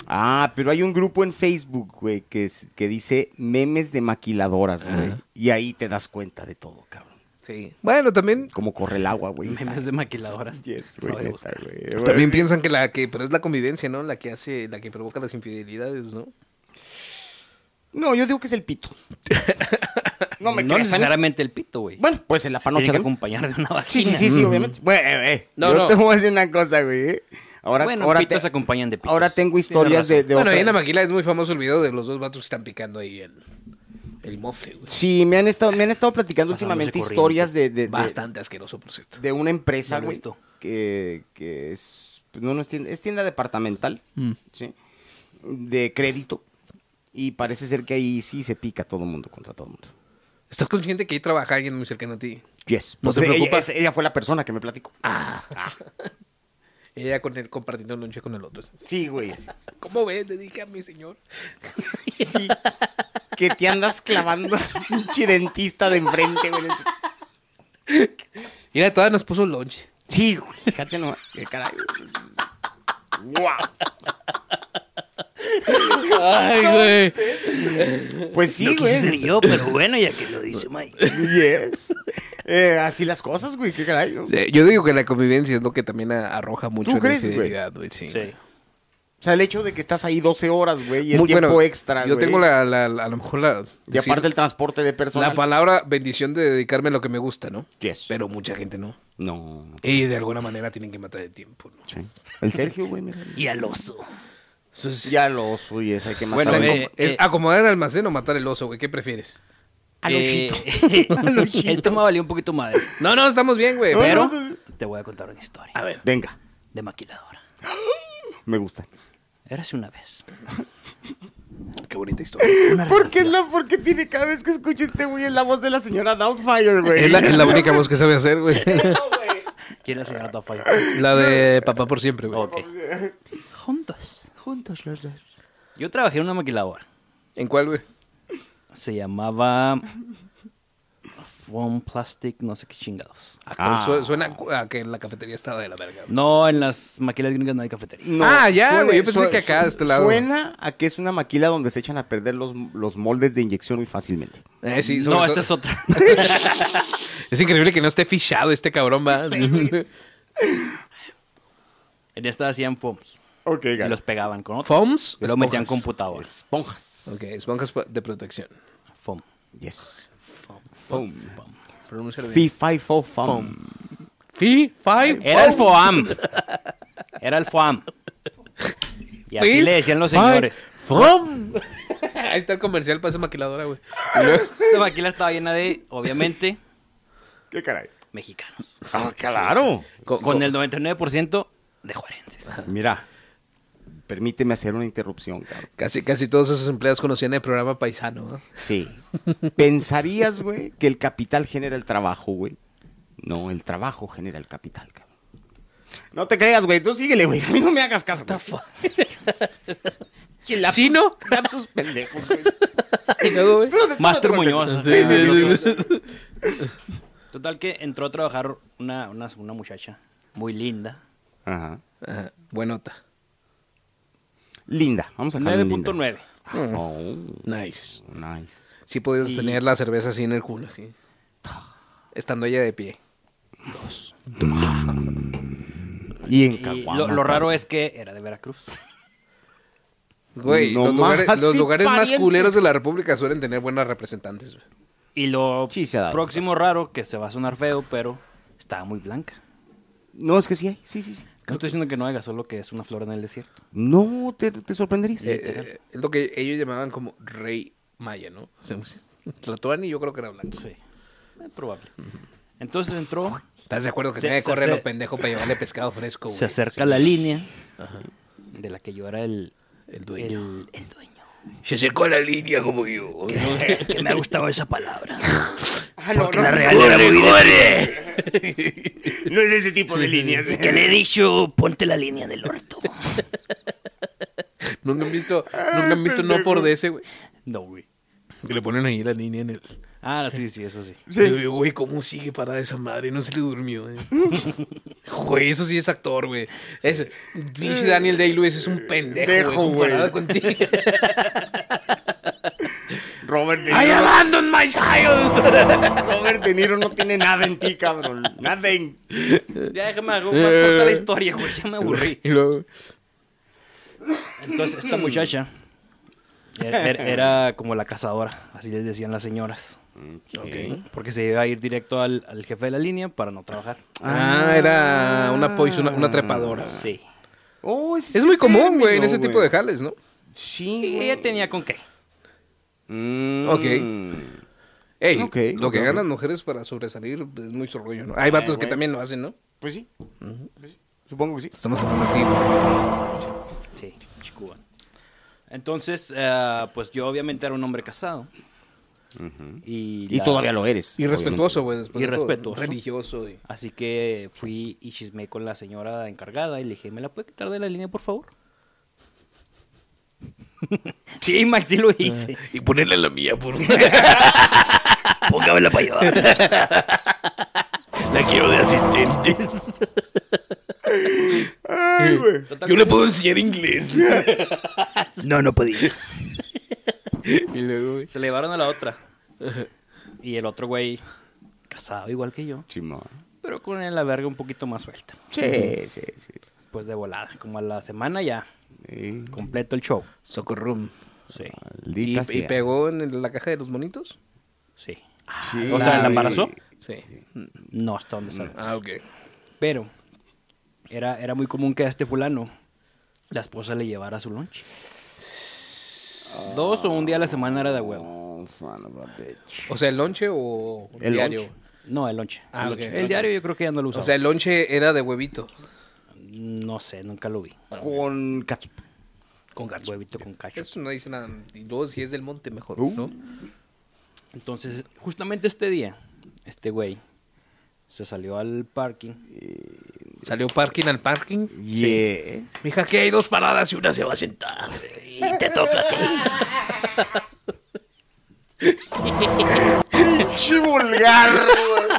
Speaker 3: Ah, pero hay un grupo en Facebook, güey, que, es- que dice memes de maquiladoras, güey. Y ahí te das cuenta de todo, cabrón.
Speaker 2: Sí. Bueno, también.
Speaker 3: Cómo corre el agua, güey.
Speaker 4: Memes de maquiladoras.
Speaker 3: Yes,
Speaker 4: Lo voy
Speaker 3: güey,
Speaker 4: a
Speaker 3: neta,
Speaker 4: buscar.
Speaker 3: güey.
Speaker 2: También piensan que la que, pero es la convivencia, ¿no? La que hace, la que provoca las infidelidades, ¿no?
Speaker 3: No, yo digo que es el pito. No me
Speaker 4: no
Speaker 3: creas, Ani.
Speaker 4: necesariamente el pito, güey.
Speaker 3: Bueno, pues en la
Speaker 4: Tiene
Speaker 3: panocha.
Speaker 4: que Mm.
Speaker 3: ¿no?
Speaker 4: acompañar de una
Speaker 3: Sí,
Speaker 4: vagina.
Speaker 3: sí, sí, sí, obviamente. Bueno, eh, eh,
Speaker 2: No,
Speaker 3: yo
Speaker 2: no.
Speaker 3: te voy a decir una cosa, güey. eh. Ahora,
Speaker 4: Bueno,
Speaker 3: ahora,
Speaker 4: pitos
Speaker 3: te-
Speaker 4: acompañan de pitos.
Speaker 3: ahora tengo
Speaker 4: Tienes
Speaker 3: historias de,
Speaker 4: razón.
Speaker 3: de
Speaker 2: bueno,
Speaker 3: otra-
Speaker 2: ahí en la maquila es muy famoso el video de los dos vatos que están picando ahí el, el mofle, güey.
Speaker 3: Sí, me han estado, me han estado platicando
Speaker 4: Pasándose
Speaker 3: últimamente
Speaker 4: corriente.
Speaker 3: historias de, de- de-
Speaker 2: Bastante asqueroso, por cierto.
Speaker 3: de una empresa,
Speaker 4: Ya lo he
Speaker 3: güey,
Speaker 4: visto.
Speaker 3: que, que es, pues, no, no es tienda, es tienda departamental, ¿sí? De crédito. Y parece ser que ahí sí se pica todo el mundo contra todo el mundo.
Speaker 2: ¿Estás consciente que ahí trabaja alguien muy cercano a ti?
Speaker 3: Yes.
Speaker 2: No
Speaker 3: Pues
Speaker 2: te
Speaker 3: ella-
Speaker 2: preocupas.
Speaker 3: Ella, ella fue la persona que me platicó.
Speaker 2: Ella con él compartiendo un lonche con el otro.
Speaker 3: Sí, güey. así.
Speaker 2: ¿Cómo ves? Le dije a mi señor.
Speaker 3: Sí. que te andas clavando al pinche dentista de enfrente, güey.
Speaker 2: Mira, todavía nos puso lonche.
Speaker 3: Sí, güey. Fíjate nomás. Qué caray.
Speaker 2: Ay, güey.
Speaker 3: Pues sí,
Speaker 4: no
Speaker 3: güey.
Speaker 4: quise ser yo, pero bueno, ya que lo dice Mike.
Speaker 3: Yes. Eh, así las cosas, güey, qué caray. ¿no?
Speaker 2: Sí, Yo digo que la convivencia es lo que también a- arroja mucho
Speaker 3: ¿Tú
Speaker 2: la
Speaker 3: crees,
Speaker 2: infidelidad, güey. Sí.
Speaker 4: Sí.
Speaker 3: O sea, el hecho de que estás ahí 12 horas, güey, y el
Speaker 2: Muy
Speaker 3: tiempo
Speaker 2: bueno,
Speaker 3: extra,
Speaker 2: Yo
Speaker 3: güey.
Speaker 2: tengo la, la- la- a lo mejor la...
Speaker 3: Y
Speaker 2: decir,
Speaker 3: aparte el transporte de personal.
Speaker 2: la palabra bendición de dedicarme a lo que me gusta, ¿no?
Speaker 3: Yes.
Speaker 2: Pero mucha gente no.
Speaker 3: No.
Speaker 2: Y de alguna manera tienen que matar el tiempo, ¿no?
Speaker 3: sí. El Sergio, güey, mira.
Speaker 4: Y al oso.
Speaker 2: Eso es-
Speaker 3: Ya lo suyo, hay que
Speaker 2: Pues Bueno,
Speaker 3: matar.
Speaker 4: Bueno,
Speaker 2: es-
Speaker 4: eh,
Speaker 2: es
Speaker 4: eh.
Speaker 2: acomodar el almacén o matar el oso, güey. ¿Qué prefieres?
Speaker 4: Eh, Esto me valió un poquito madre.
Speaker 2: No, no, estamos bien, güey.
Speaker 3: No,
Speaker 4: Pero
Speaker 3: no, no.
Speaker 4: te voy a contar una historia.
Speaker 5: A
Speaker 2: eh,
Speaker 5: ver.
Speaker 3: Venga,
Speaker 4: De maquiladora.
Speaker 3: me gusta.
Speaker 4: Érase una vez.
Speaker 5: Qué bonita historia.
Speaker 4: Una
Speaker 3: ¿Por qué, es la, ¿Por qué tiene cada vez que escucho este güey es la voz de la señora Doubtfire, güey?
Speaker 2: Es la, es la única voz que sabe hacer, güey.
Speaker 4: ¿Quién la señora Tafalla?
Speaker 2: La de papá por siempre, güey.
Speaker 4: Ok. Juntos. Juntos los dos. Yo trabajé en una maquiladora.
Speaker 2: ¿En cuál, güey?
Speaker 4: Se llamaba. Foam Plastic, no sé qué chingados.
Speaker 2: Ah,
Speaker 3: Ah.
Speaker 2: su- Suena a que la cafetería estaba de la verga. güey.
Speaker 4: No, en las maquilas gringas no hay cafetería.
Speaker 3: No,
Speaker 2: Ah, ya,
Speaker 3: suena-
Speaker 2: güey, yo pensé
Speaker 3: su-
Speaker 2: que acá, de este lado.
Speaker 3: Suena a que es una maquila donde se echan a perder los, los moldes de inyección muy fácilmente.
Speaker 2: Eh, sí, sobre
Speaker 4: no,
Speaker 2: todo-
Speaker 4: esta es otra.
Speaker 2: Es increíble que no esté fichado este cabrón, va.
Speaker 4: en esta hacían foams.
Speaker 3: Ok,
Speaker 4: Y los pegaban con otros.
Speaker 2: ¿Foams?
Speaker 4: Y los metían
Speaker 2: Esponjas.
Speaker 4: computadora.
Speaker 3: Esponjas.
Speaker 2: ok, esponjas pa- de protección.
Speaker 4: Foam.
Speaker 3: Yes.
Speaker 2: Pronúncialo bien.
Speaker 3: Fi, fi, fo, fum.
Speaker 2: Fi, fi,
Speaker 4: Era el FOAM. Era el FOAM. Y así le decían los señores.
Speaker 2: ¡Fom! Ahí está el comercial para esa maquiladora, güey.
Speaker 4: Esta maquila estaba llena de, obviamente,
Speaker 3: ¿Qué caray?
Speaker 4: mexicanos.
Speaker 3: Ah, claro.
Speaker 2: Co-
Speaker 4: Con
Speaker 2: co-
Speaker 4: el 99% de juarenses.
Speaker 3: Mira, permíteme hacer una interrupción, cabrón.
Speaker 2: Casi, casi todos esos empleados conocían el programa Paisano. ¿no?
Speaker 3: Sí. ¿Pensarías, güey, que el capital genera el trabajo, güey? No, el trabajo genera el capital, cabrón. No te creas, güey. Tú síguele, güey. A mí no me hagas caso. güey. Qué lapsus-
Speaker 2: ¿Sí, no?
Speaker 3: Lapsus pendejos, güey.
Speaker 2: Y luego, güey.
Speaker 3: Tú no te- tú
Speaker 4: Master
Speaker 3: no te
Speaker 4: Muñoz.
Speaker 3: concentres.
Speaker 4: Sí,
Speaker 3: Sí, sí, sí,
Speaker 4: sí,
Speaker 3: sí, sí.
Speaker 4: Total que entró a trabajar una, una, una muchacha muy linda.
Speaker 3: Ajá.
Speaker 2: Ajá, buenota.
Speaker 3: Linda. Vamos a dejarlo en linda.
Speaker 4: 9.9.
Speaker 3: Oh,
Speaker 2: Mm. Nice.
Speaker 3: nice.
Speaker 2: Sí podías tener la cerveza así en el culo, así. Estando ella de pie.
Speaker 3: Y en
Speaker 4: Y
Speaker 3: Caguama.
Speaker 4: lo, lo raro es que era de Veracruz.
Speaker 2: Güey,
Speaker 3: No
Speaker 2: los
Speaker 3: más,
Speaker 2: lugares, los
Speaker 3: sí,
Speaker 2: lugares más
Speaker 3: pariente.
Speaker 2: culeros de la República suelen tener buenas representantes. güey.
Speaker 4: Y lo
Speaker 3: Sí, se ha dado.
Speaker 4: próximo raro, que se va a sonar feo, pero estaba muy blanca.
Speaker 3: No, es que sí hay. Sí, sí, sí.
Speaker 4: No estoy diciendo que no haga, solo que es una flor en el desierto.
Speaker 3: No, te, te sorprenderías.
Speaker 2: Eh, eh, es lo que ellos llamaban como rey maya, ¿no? O sea, Tlatoani yo creo que era blanco.
Speaker 4: Sí. Es probable. Entonces entró,
Speaker 2: ¿Estás de acuerdo que
Speaker 4: Se-
Speaker 2: nadie
Speaker 4: se
Speaker 2: corre a lo
Speaker 4: acer-
Speaker 2: pendejo para llevarle pescado fresco, güey?
Speaker 4: se acerca
Speaker 2: Sí.
Speaker 4: la línea de la que yo era el,
Speaker 2: El dueño.
Speaker 4: el, el dueño.
Speaker 5: Se acercó a la línea como yo.
Speaker 4: Que, que me ha gustado esa palabra.
Speaker 3: Ah, no, no.
Speaker 5: ¡Corre, corre! No es ese tipo de líneas.
Speaker 4: Que le he dicho, ponte la línea del orto.
Speaker 2: Nunca han visto,
Speaker 3: Ah,
Speaker 2: nunca han visto no por de ese, güey.
Speaker 4: No, güey.
Speaker 2: Que le ponen ahí la línea en el.
Speaker 4: Ah, sí, sí, eso sí.
Speaker 3: Sí.
Speaker 2: Yo digo, Güey, ¿cómo sigue parada esa madre? No se le durmió, eh. Güey, eso sí es actor, güey. Ese pinche Daniel Day-Lewis es un pendejo,
Speaker 3: Dejo,
Speaker 2: güey, comparado
Speaker 3: güey.
Speaker 2: contigo.
Speaker 3: Robert De
Speaker 5: ¡I
Speaker 3: Niro-
Speaker 5: abandon my child!
Speaker 3: Robert De Niro no tiene nada en ti, cabrón. Nada en...
Speaker 4: Ya déjame hago más corta la historia, güey. Ya me aburrí. Mm.
Speaker 2: Y luego,
Speaker 4: Entonces, esta muchacha era, era- era como la cazadora, así les decían las señoras. Eh,
Speaker 2: ok.
Speaker 4: Porque se iba a ir directo al, al jefe de la línea para no trabajar.
Speaker 2: Ah, era una poison, una trepadora.
Speaker 3: Ah.
Speaker 4: Sí.
Speaker 3: Oh, ese
Speaker 2: Es
Speaker 3: el
Speaker 2: muy común,
Speaker 3: término,
Speaker 2: güey, en ese tipo de jales, ¿no?
Speaker 3: Sí,
Speaker 4: Y
Speaker 3: güey.
Speaker 4: ella tenía con qué.
Speaker 3: Mm.
Speaker 2: Ok. Ey,
Speaker 3: Ok,
Speaker 2: lo que
Speaker 3: ok.
Speaker 2: ganan mujeres para sobresalir pues, es muy rollo, ¿no? Hay vatos que también lo hacen, ¿no?
Speaker 3: Pues sí. Pues sí. Supongo que sí.
Speaker 1: Estamos hablando de ti, güey.
Speaker 4: Sí, Chicuba. Entonces, eh, pues yo obviamente era un hombre casado. Y,
Speaker 3: Y
Speaker 4: la-
Speaker 3: todavía lo eres.
Speaker 2: Y respetuoso, güey. después de todo.
Speaker 4: Irrespetuoso.
Speaker 2: Religioso. Y...
Speaker 4: Así que fui y chismé con la señora encargada y le dije, ¿me la puede quitar de la línea, por favor? sí, Max, sí lo hice.
Speaker 5: Y ponerle la mía, por Póngamela para llevar. La quiero de asistente. Yo le puedo enseñar inglés. No, no podía.
Speaker 2: y luego, güey.
Speaker 4: Se le llevaron a la otra. y el otro güey, casado igual que yo,
Speaker 3: Chimón.
Speaker 4: pero con la verga un poquito más suelta.
Speaker 3: Sí, sí, sí.
Speaker 4: Pues de volada, como a la semana ya,
Speaker 3: sí.
Speaker 4: completo el show.
Speaker 2: Socorrum.
Speaker 4: Sí,
Speaker 2: ¿Y,
Speaker 3: Maldita
Speaker 2: y
Speaker 3: sea.
Speaker 2: pegó en el- la caja de los monitos?
Speaker 4: sí.
Speaker 3: Sí.
Speaker 4: O sea, ¿la embarazó?
Speaker 2: Sí.
Speaker 4: No, hasta donde sabe.
Speaker 2: Ah, ok.
Speaker 4: Pero era, era muy común que a este fulano la esposa le llevara su lunch. Dos o un día a la semana era de huevo.
Speaker 3: Oh, son of a bitch.
Speaker 2: O sea, el lonche o el
Speaker 3: El
Speaker 2: diario.
Speaker 3: lonche.
Speaker 4: No, el lunch.
Speaker 2: Ah,
Speaker 4: el,
Speaker 2: ok,
Speaker 4: lunch.
Speaker 2: el
Speaker 4: El
Speaker 2: lunch.
Speaker 4: diario yo creo que ya no lo usaba.
Speaker 2: O sea, el lonche era de huevito.
Speaker 4: no sé, nunca lo vi.
Speaker 3: Con catsup.
Speaker 2: Con gato.
Speaker 4: Huevito con cacho.
Speaker 2: Eso no dice nada. Y luego, si es del monte, mejor,
Speaker 3: Uh.
Speaker 2: ¿no?
Speaker 4: Entonces, justamente este día, este güey se salió al parking.
Speaker 2: Salió parking al parking.
Speaker 3: Uh. Yes.
Speaker 2: Mija, aquí hay dos paradas y una se va a sentar.
Speaker 5: Senta. Y te toca a ti.
Speaker 3: ¡Qué vulgar, güey!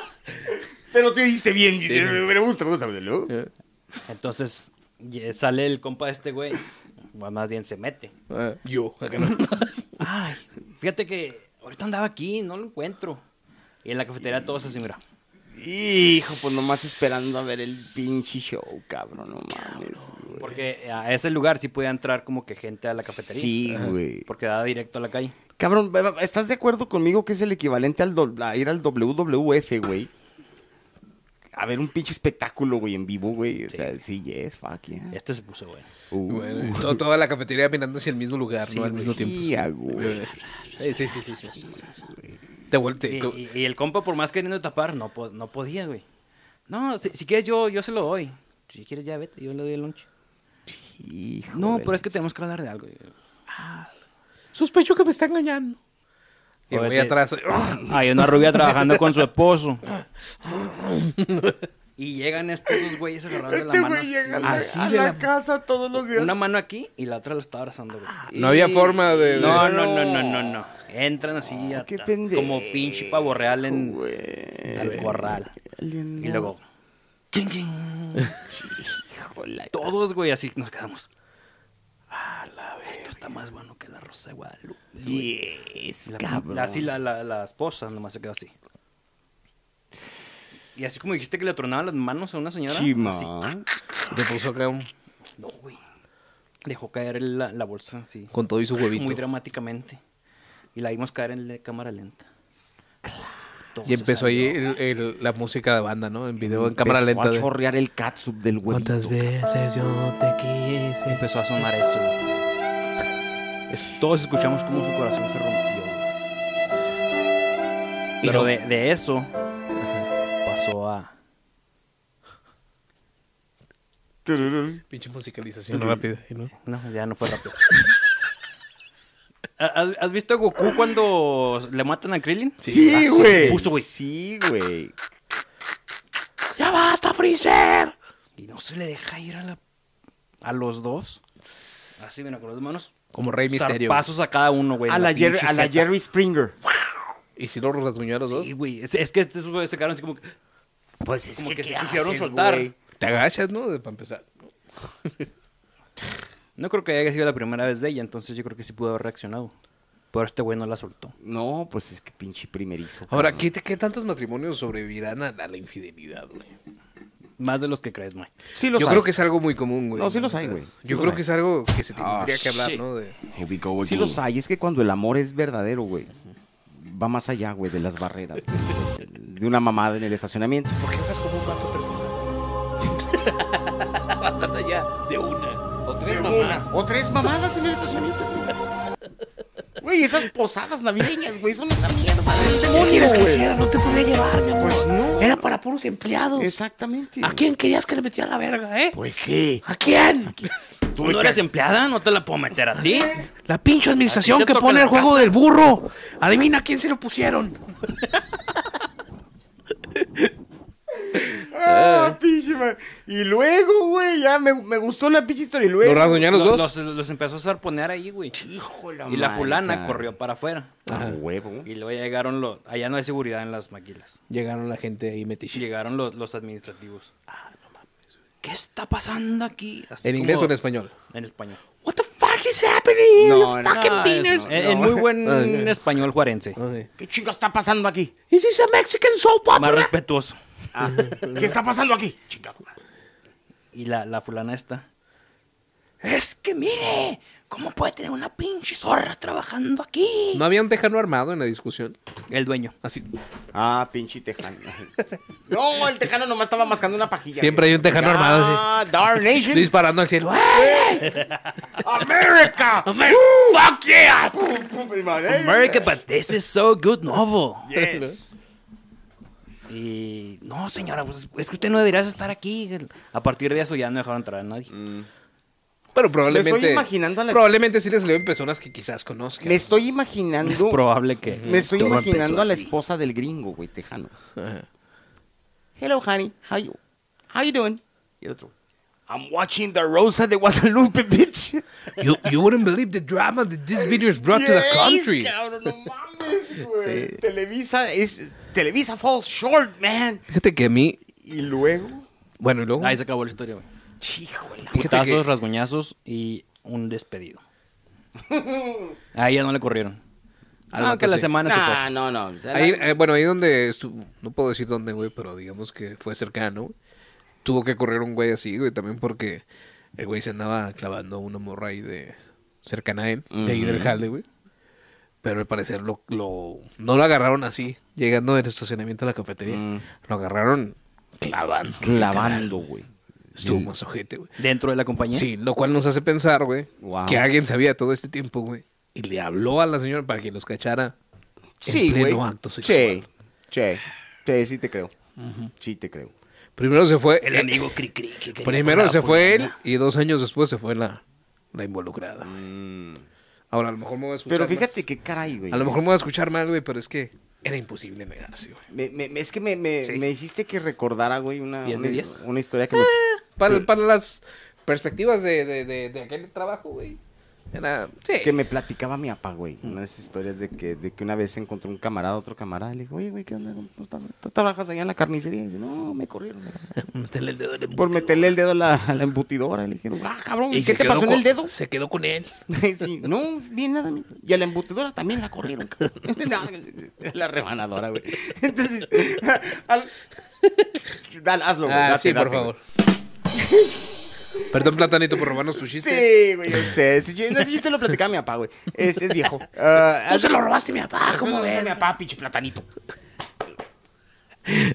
Speaker 3: Pero te diste bien. Me gusta, me gusta. ¿no?
Speaker 4: Entonces, ye- sale el compa de este güey. Bueno, Más bien se mete.
Speaker 2: Ah, yo, acá no.
Speaker 4: Ay, fíjate que ahorita andaba aquí, no lo encuentro. Y en la cafetería todos así, mira.
Speaker 3: Hijo, pues nomás esperando a ver el pinche show, cabrón. No mames. güey.
Speaker 4: Porque eh, a ese lugar sí podía entrar como que gente a la cafetería. Ah,
Speaker 3: Sí, güey.
Speaker 4: Porque daba directo a la calle.
Speaker 3: Cabrón, ba- ba- ¿estás de acuerdo conmigo que es el equivalente al do- a ir al WWF, güey? A ver un pinche espectáculo, güey, en vivo, güey. O sea, sí, yes, fuck yeah.
Speaker 4: Este se puso bueno.
Speaker 3: Uh,
Speaker 2: Bueno, y to- toda la cafetería mirando hacia el mismo lugar,
Speaker 3: sí,
Speaker 2: ¿no? Al mismo
Speaker 3: sí,
Speaker 2: tiempo.
Speaker 3: ah, güey.
Speaker 2: Eh, Sí, sí, sí. sí, sí. Te
Speaker 4: Y,
Speaker 2: volteé.
Speaker 4: y- y el compa, por más queriendo tapar, no, po- no podía, güey. No, si, si quieres yo, yo se lo doy. Si quieres ya vete, yo le doy el lunch.
Speaker 3: Hijo
Speaker 4: No,
Speaker 3: de-
Speaker 4: pero es que tenemos que hablar de algo.
Speaker 2: Sospecho que me está engañando. Y voy
Speaker 4: Oye,
Speaker 2: atrás.
Speaker 4: Hay una rubia trabajando con su esposo. Y llegan estos dos güeyes agarrados de la
Speaker 3: Este
Speaker 4: mano.
Speaker 3: güey llega a la,
Speaker 4: así,
Speaker 3: a
Speaker 4: así de
Speaker 3: la
Speaker 4: la-
Speaker 3: casa todos los días.
Speaker 4: Una mano aquí y la otra lo está abrazando, güey.
Speaker 2: No había forma de-
Speaker 4: No, no, no, no, no, no. Entran así
Speaker 3: Ah,
Speaker 4: a-
Speaker 3: qué
Speaker 4: a-
Speaker 3: pendejo,
Speaker 4: como pinche pavo real en al corral. Y luego chin, chin. todos, güey, así nos quedamos. Ah, la verga. Esto está más bueno que la rosa de Guadalupe. güey.
Speaker 3: Yes,
Speaker 4: La-
Speaker 3: cabrón.
Speaker 4: la- así la, la, la esposa nomás se quedó así. Y así como dijiste que le tronaban las manos a una señora. así, ah,
Speaker 3: Chima.
Speaker 2: Te puso acá un-
Speaker 4: no, güey. Dejó caer la, la bolsa así.
Speaker 2: con todo y su huevito.
Speaker 4: Muy dramáticamente. Y la vimos caer en le- cámara lenta.
Speaker 2: Y empezó ahí el- el- la música de banda, ¿no? En video, en cámara
Speaker 3: Empezó
Speaker 2: lenta.
Speaker 3: a
Speaker 2: de-
Speaker 3: chorrear el catsup del huevito.
Speaker 2: ¿Cuántas veces yo te quise?
Speaker 4: Empezó a sonar eso. Es- todos escuchamos cómo su corazón se rompió. güey. Pero de, de eso pasó a...
Speaker 2: Pinche musicalización rápida, ¿no?
Speaker 4: No, ya no fue rápido. ¿Has, has visto a Goku cuando le matan a Krillin?
Speaker 3: Sí,
Speaker 4: Así
Speaker 3: güey.
Speaker 4: se puso, güey.
Speaker 3: Sí, güey.
Speaker 4: ¡Ya basta, Freezer! Y no se le deja ir a, la- a los dos. Así, ven, con las manos.
Speaker 2: Como Rey Misterio. güey.
Speaker 4: Zarpazos a cada uno, güey.
Speaker 3: A
Speaker 4: en
Speaker 3: la, Jerry,
Speaker 4: pinche
Speaker 3: a la
Speaker 4: jeta.
Speaker 3: Jerry Springer.
Speaker 2: Y si lo rasguñó a los dos.
Speaker 4: Sí, güey. Es, es que estos güeyes se quedaron así como que...
Speaker 3: Pues es
Speaker 4: Como que
Speaker 3: ¿qué
Speaker 4: se quisieron
Speaker 3: haces,
Speaker 4: soltar.
Speaker 3: güey?
Speaker 2: Te agachas, ¿no? De- Para empezar.
Speaker 4: No creo que haya sido la primera vez de ella, entonces yo creo que sí pudo haber reaccionado. Pero este güey no la soltó.
Speaker 3: No, pues es que pinche primerizo.
Speaker 2: Ahora,
Speaker 3: cabrón.
Speaker 2: ¿qué, qué tantos matrimonios sobrevivirán a, a la infidelidad, güey?
Speaker 4: Más de los que crees, Mike.
Speaker 3: Sí
Speaker 2: Yo
Speaker 3: los hay.
Speaker 2: creo que es algo muy común, güey.
Speaker 3: No, sí los hay, güey. Sí
Speaker 2: Yo
Speaker 3: los
Speaker 2: creo
Speaker 3: hay.
Speaker 2: que es algo que se
Speaker 3: Ah,
Speaker 2: tendría que hablar,
Speaker 4: shit.
Speaker 2: ¿no? De...
Speaker 3: Sí los hay, es que cuando el amor es verdadero, güey, va más allá, güey, de las barreras. güey, De una mamada en el estacionamiento.
Speaker 2: ¿Por qué hablas como un vato personal? Bastante ya, de una. O tres mamás.
Speaker 3: O tres mamadas en el estacionamiento. Güey, esas posadas navideñas, güey, son una mierda del demonio, güey.
Speaker 5: No te podía llevar, mi amor.
Speaker 3: Pues no.
Speaker 5: Era para puros empleados.
Speaker 3: Exactamente.
Speaker 5: ¿A quién querías que le metiera la verga, eh?
Speaker 3: Pues sí.
Speaker 5: ¿A quién?
Speaker 4: ¿Tú no eres empleada? ¿No te la puedo meter a ti?
Speaker 5: La pinche administración
Speaker 4: te
Speaker 5: que
Speaker 4: toca
Speaker 5: pone
Speaker 4: la
Speaker 5: el juego del burro. Adivina quién se lo pusieron.
Speaker 3: Ah, pinche ma- Y luego, güey, ya me, me gustó la pinche historia. Y luego.
Speaker 2: ¿Lo rasguñaron los
Speaker 4: Lo-
Speaker 2: dos?
Speaker 4: Los, los empezó a zarponear ahí, güey.
Speaker 3: Hijo la
Speaker 4: Y la
Speaker 3: madre,
Speaker 4: fulana
Speaker 3: cara.
Speaker 4: corrió para afuera.
Speaker 3: A huevo.
Speaker 4: Y luego ya llegaron los... Allá no hay seguridad en las maquilas.
Speaker 2: Llegaron la gente ahí
Speaker 4: Y
Speaker 2: metiche.
Speaker 4: llegaron los, los administrativos. ¿Qué está pasando aquí? Así
Speaker 2: ¿En inglés
Speaker 4: como-
Speaker 2: o en español?
Speaker 4: En español.
Speaker 5: What the fuck is happening?
Speaker 3: No,
Speaker 5: you
Speaker 3: no,
Speaker 5: fucking
Speaker 4: Ah, es-
Speaker 5: diners.
Speaker 4: en- en muy buen español juarense.
Speaker 3: ¿Qué chingo está pasando aquí?
Speaker 5: Is this a Mexican soap
Speaker 4: Más
Speaker 5: opera?
Speaker 4: respetuoso.
Speaker 3: Ah, ¿Qué está pasando aquí? Chingado.
Speaker 4: Y la, la fulana esta.
Speaker 5: Es que mire, ¿cómo puede tener una pinche zorra trabajando aquí?
Speaker 2: ¿No había un tejano armado en la discusión?
Speaker 4: El dueño.
Speaker 2: Así.
Speaker 3: Ah, pinche tejano. No, el tejano nomás estaba mascando una pajilla.
Speaker 2: Siempre hay un tejano armado así.
Speaker 3: Ah, Darn Nation.
Speaker 2: Disparando al cielo. ¡Ah!
Speaker 3: America.
Speaker 5: ¡Fuck yeah!
Speaker 3: Pum, pum, y madre.
Speaker 4: America, but this is so good novel.
Speaker 3: Yes.
Speaker 4: Y no, señora, pues, es que usted no debería estar aquí. A partir de eso ya no dejaron entrar a nadie.
Speaker 2: Pero probablemente.
Speaker 3: Me estoy imaginando a las-
Speaker 2: Probablemente sí les leo en personas que quizás conozcan.
Speaker 3: Me estoy
Speaker 4: Es
Speaker 3: imaginando.
Speaker 4: probable que.
Speaker 3: Me estoy
Speaker 4: todo
Speaker 3: imaginando
Speaker 4: empezó
Speaker 3: a la
Speaker 4: así.
Speaker 3: esposa del gringo, güey, tejano. Hello, honey. How you? How you doing? Y el otro. I'm watching the Rosa de Guadalupe, bitch.
Speaker 2: You, you wouldn't believe the drama that these videos brought to the
Speaker 3: Yes,
Speaker 2: country.
Speaker 3: cabrón, no mames, güey. Televisa es es- Televisa falls short, man.
Speaker 2: Fíjate que a mí.
Speaker 3: Y luego,
Speaker 2: Bueno, y luego.
Speaker 4: Ahí se acabó la historia, güey.
Speaker 3: híjole.
Speaker 2: Fíjate
Speaker 4: Putazos,
Speaker 2: que-
Speaker 4: rasguñazos y un despedido. A ella no le corrieron.
Speaker 2: Al
Speaker 4: Ah,
Speaker 2: vato
Speaker 4: que la
Speaker 2: sí.
Speaker 4: semana se fue.
Speaker 3: Nah, no, no. o sea,
Speaker 2: Ahí,
Speaker 3: la-
Speaker 2: eh, bueno, ahí donde estuvo, no puedo decir dónde, güey, pero digamos que fue cercano. Tuvo que correr un güey así, güey, también porque el güey se andaba clavando una morra ahí de cercana a él, de ahí del jale, güey. Pero al parecer lo, lo- no lo agarraron así, llegando del estacionamiento a la cafetería.
Speaker 3: Mm.
Speaker 2: Lo agarraron clavando.
Speaker 3: clavando, güey.
Speaker 2: Estuvo más ojete, güey.
Speaker 4: Dentro de la compañía.
Speaker 2: Sí, lo cual nos hace pensar, güey,
Speaker 3: Wow.
Speaker 2: que alguien sabía todo este tiempo, güey, y le habló a la señora para que los cachara
Speaker 3: Sí,
Speaker 2: en
Speaker 3: güey.
Speaker 2: pleno acto sexual.
Speaker 3: Che, che, che, sí te creo. Sí te creo.
Speaker 2: Primero se fue
Speaker 5: El amigo Cri Cri. que quería con
Speaker 2: Primero
Speaker 5: la
Speaker 2: se fue él
Speaker 5: fulana.
Speaker 2: y dos años después se fue la, la involucrada. Ahora, a lo mejor me voy a escuchar
Speaker 3: Mm. Pero
Speaker 2: mal.
Speaker 3: fíjate que caray, güey.
Speaker 2: A lo mejor me voy a escuchar mal, güey, pero es que era imposible negarse, güey.
Speaker 3: Me- me- me- es que me, me- me hiciste que recordara, güey, una,
Speaker 4: ¿Diez de
Speaker 3: una,
Speaker 4: diez?
Speaker 3: una historia que me...
Speaker 2: Para, para las perspectivas de, de, de- de aquel trabajo, güey. Era. Sí. Mm.
Speaker 3: que me platicaba mi papá, güey. Unas historias de que, de que una vez se encontró un camarada, otro camarada, y le dijo, oye, güey, ¿qué onda? ¿Cómo estás? ¿Tú trabajas allá en la carnicería? Y dice, no, me corrieron. me corrieron".
Speaker 5: Métele el dedo en el
Speaker 3: Por meterle el dedo a la, a la embutidora. Le dijeron, ah, cabrón,
Speaker 5: Y
Speaker 3: ¿qué
Speaker 5: se
Speaker 3: te
Speaker 5: quedó
Speaker 3: pasó en
Speaker 5: con-
Speaker 3: el dedo?
Speaker 5: Se quedó con él.
Speaker 3: Sí, no, bien nada. mi- Y a la embutidora también la corrieron. cabrón. No, la rebanadora, güey. Entonces, al- dale, hazlo, güey.
Speaker 2: Ah,
Speaker 3: date,
Speaker 2: sí, por
Speaker 3: date, güey.
Speaker 2: favor. Perdón, Platanito, por robarnos tu chiste.
Speaker 3: Sí, güey, yo sé. Ese chiste, no, ese chiste lo platicaba mi papá, güey. Es, es viejo. Ah,
Speaker 5: Tú se lo robaste a mi papá. ¿Cómo ves?
Speaker 3: papá, pinche platanito.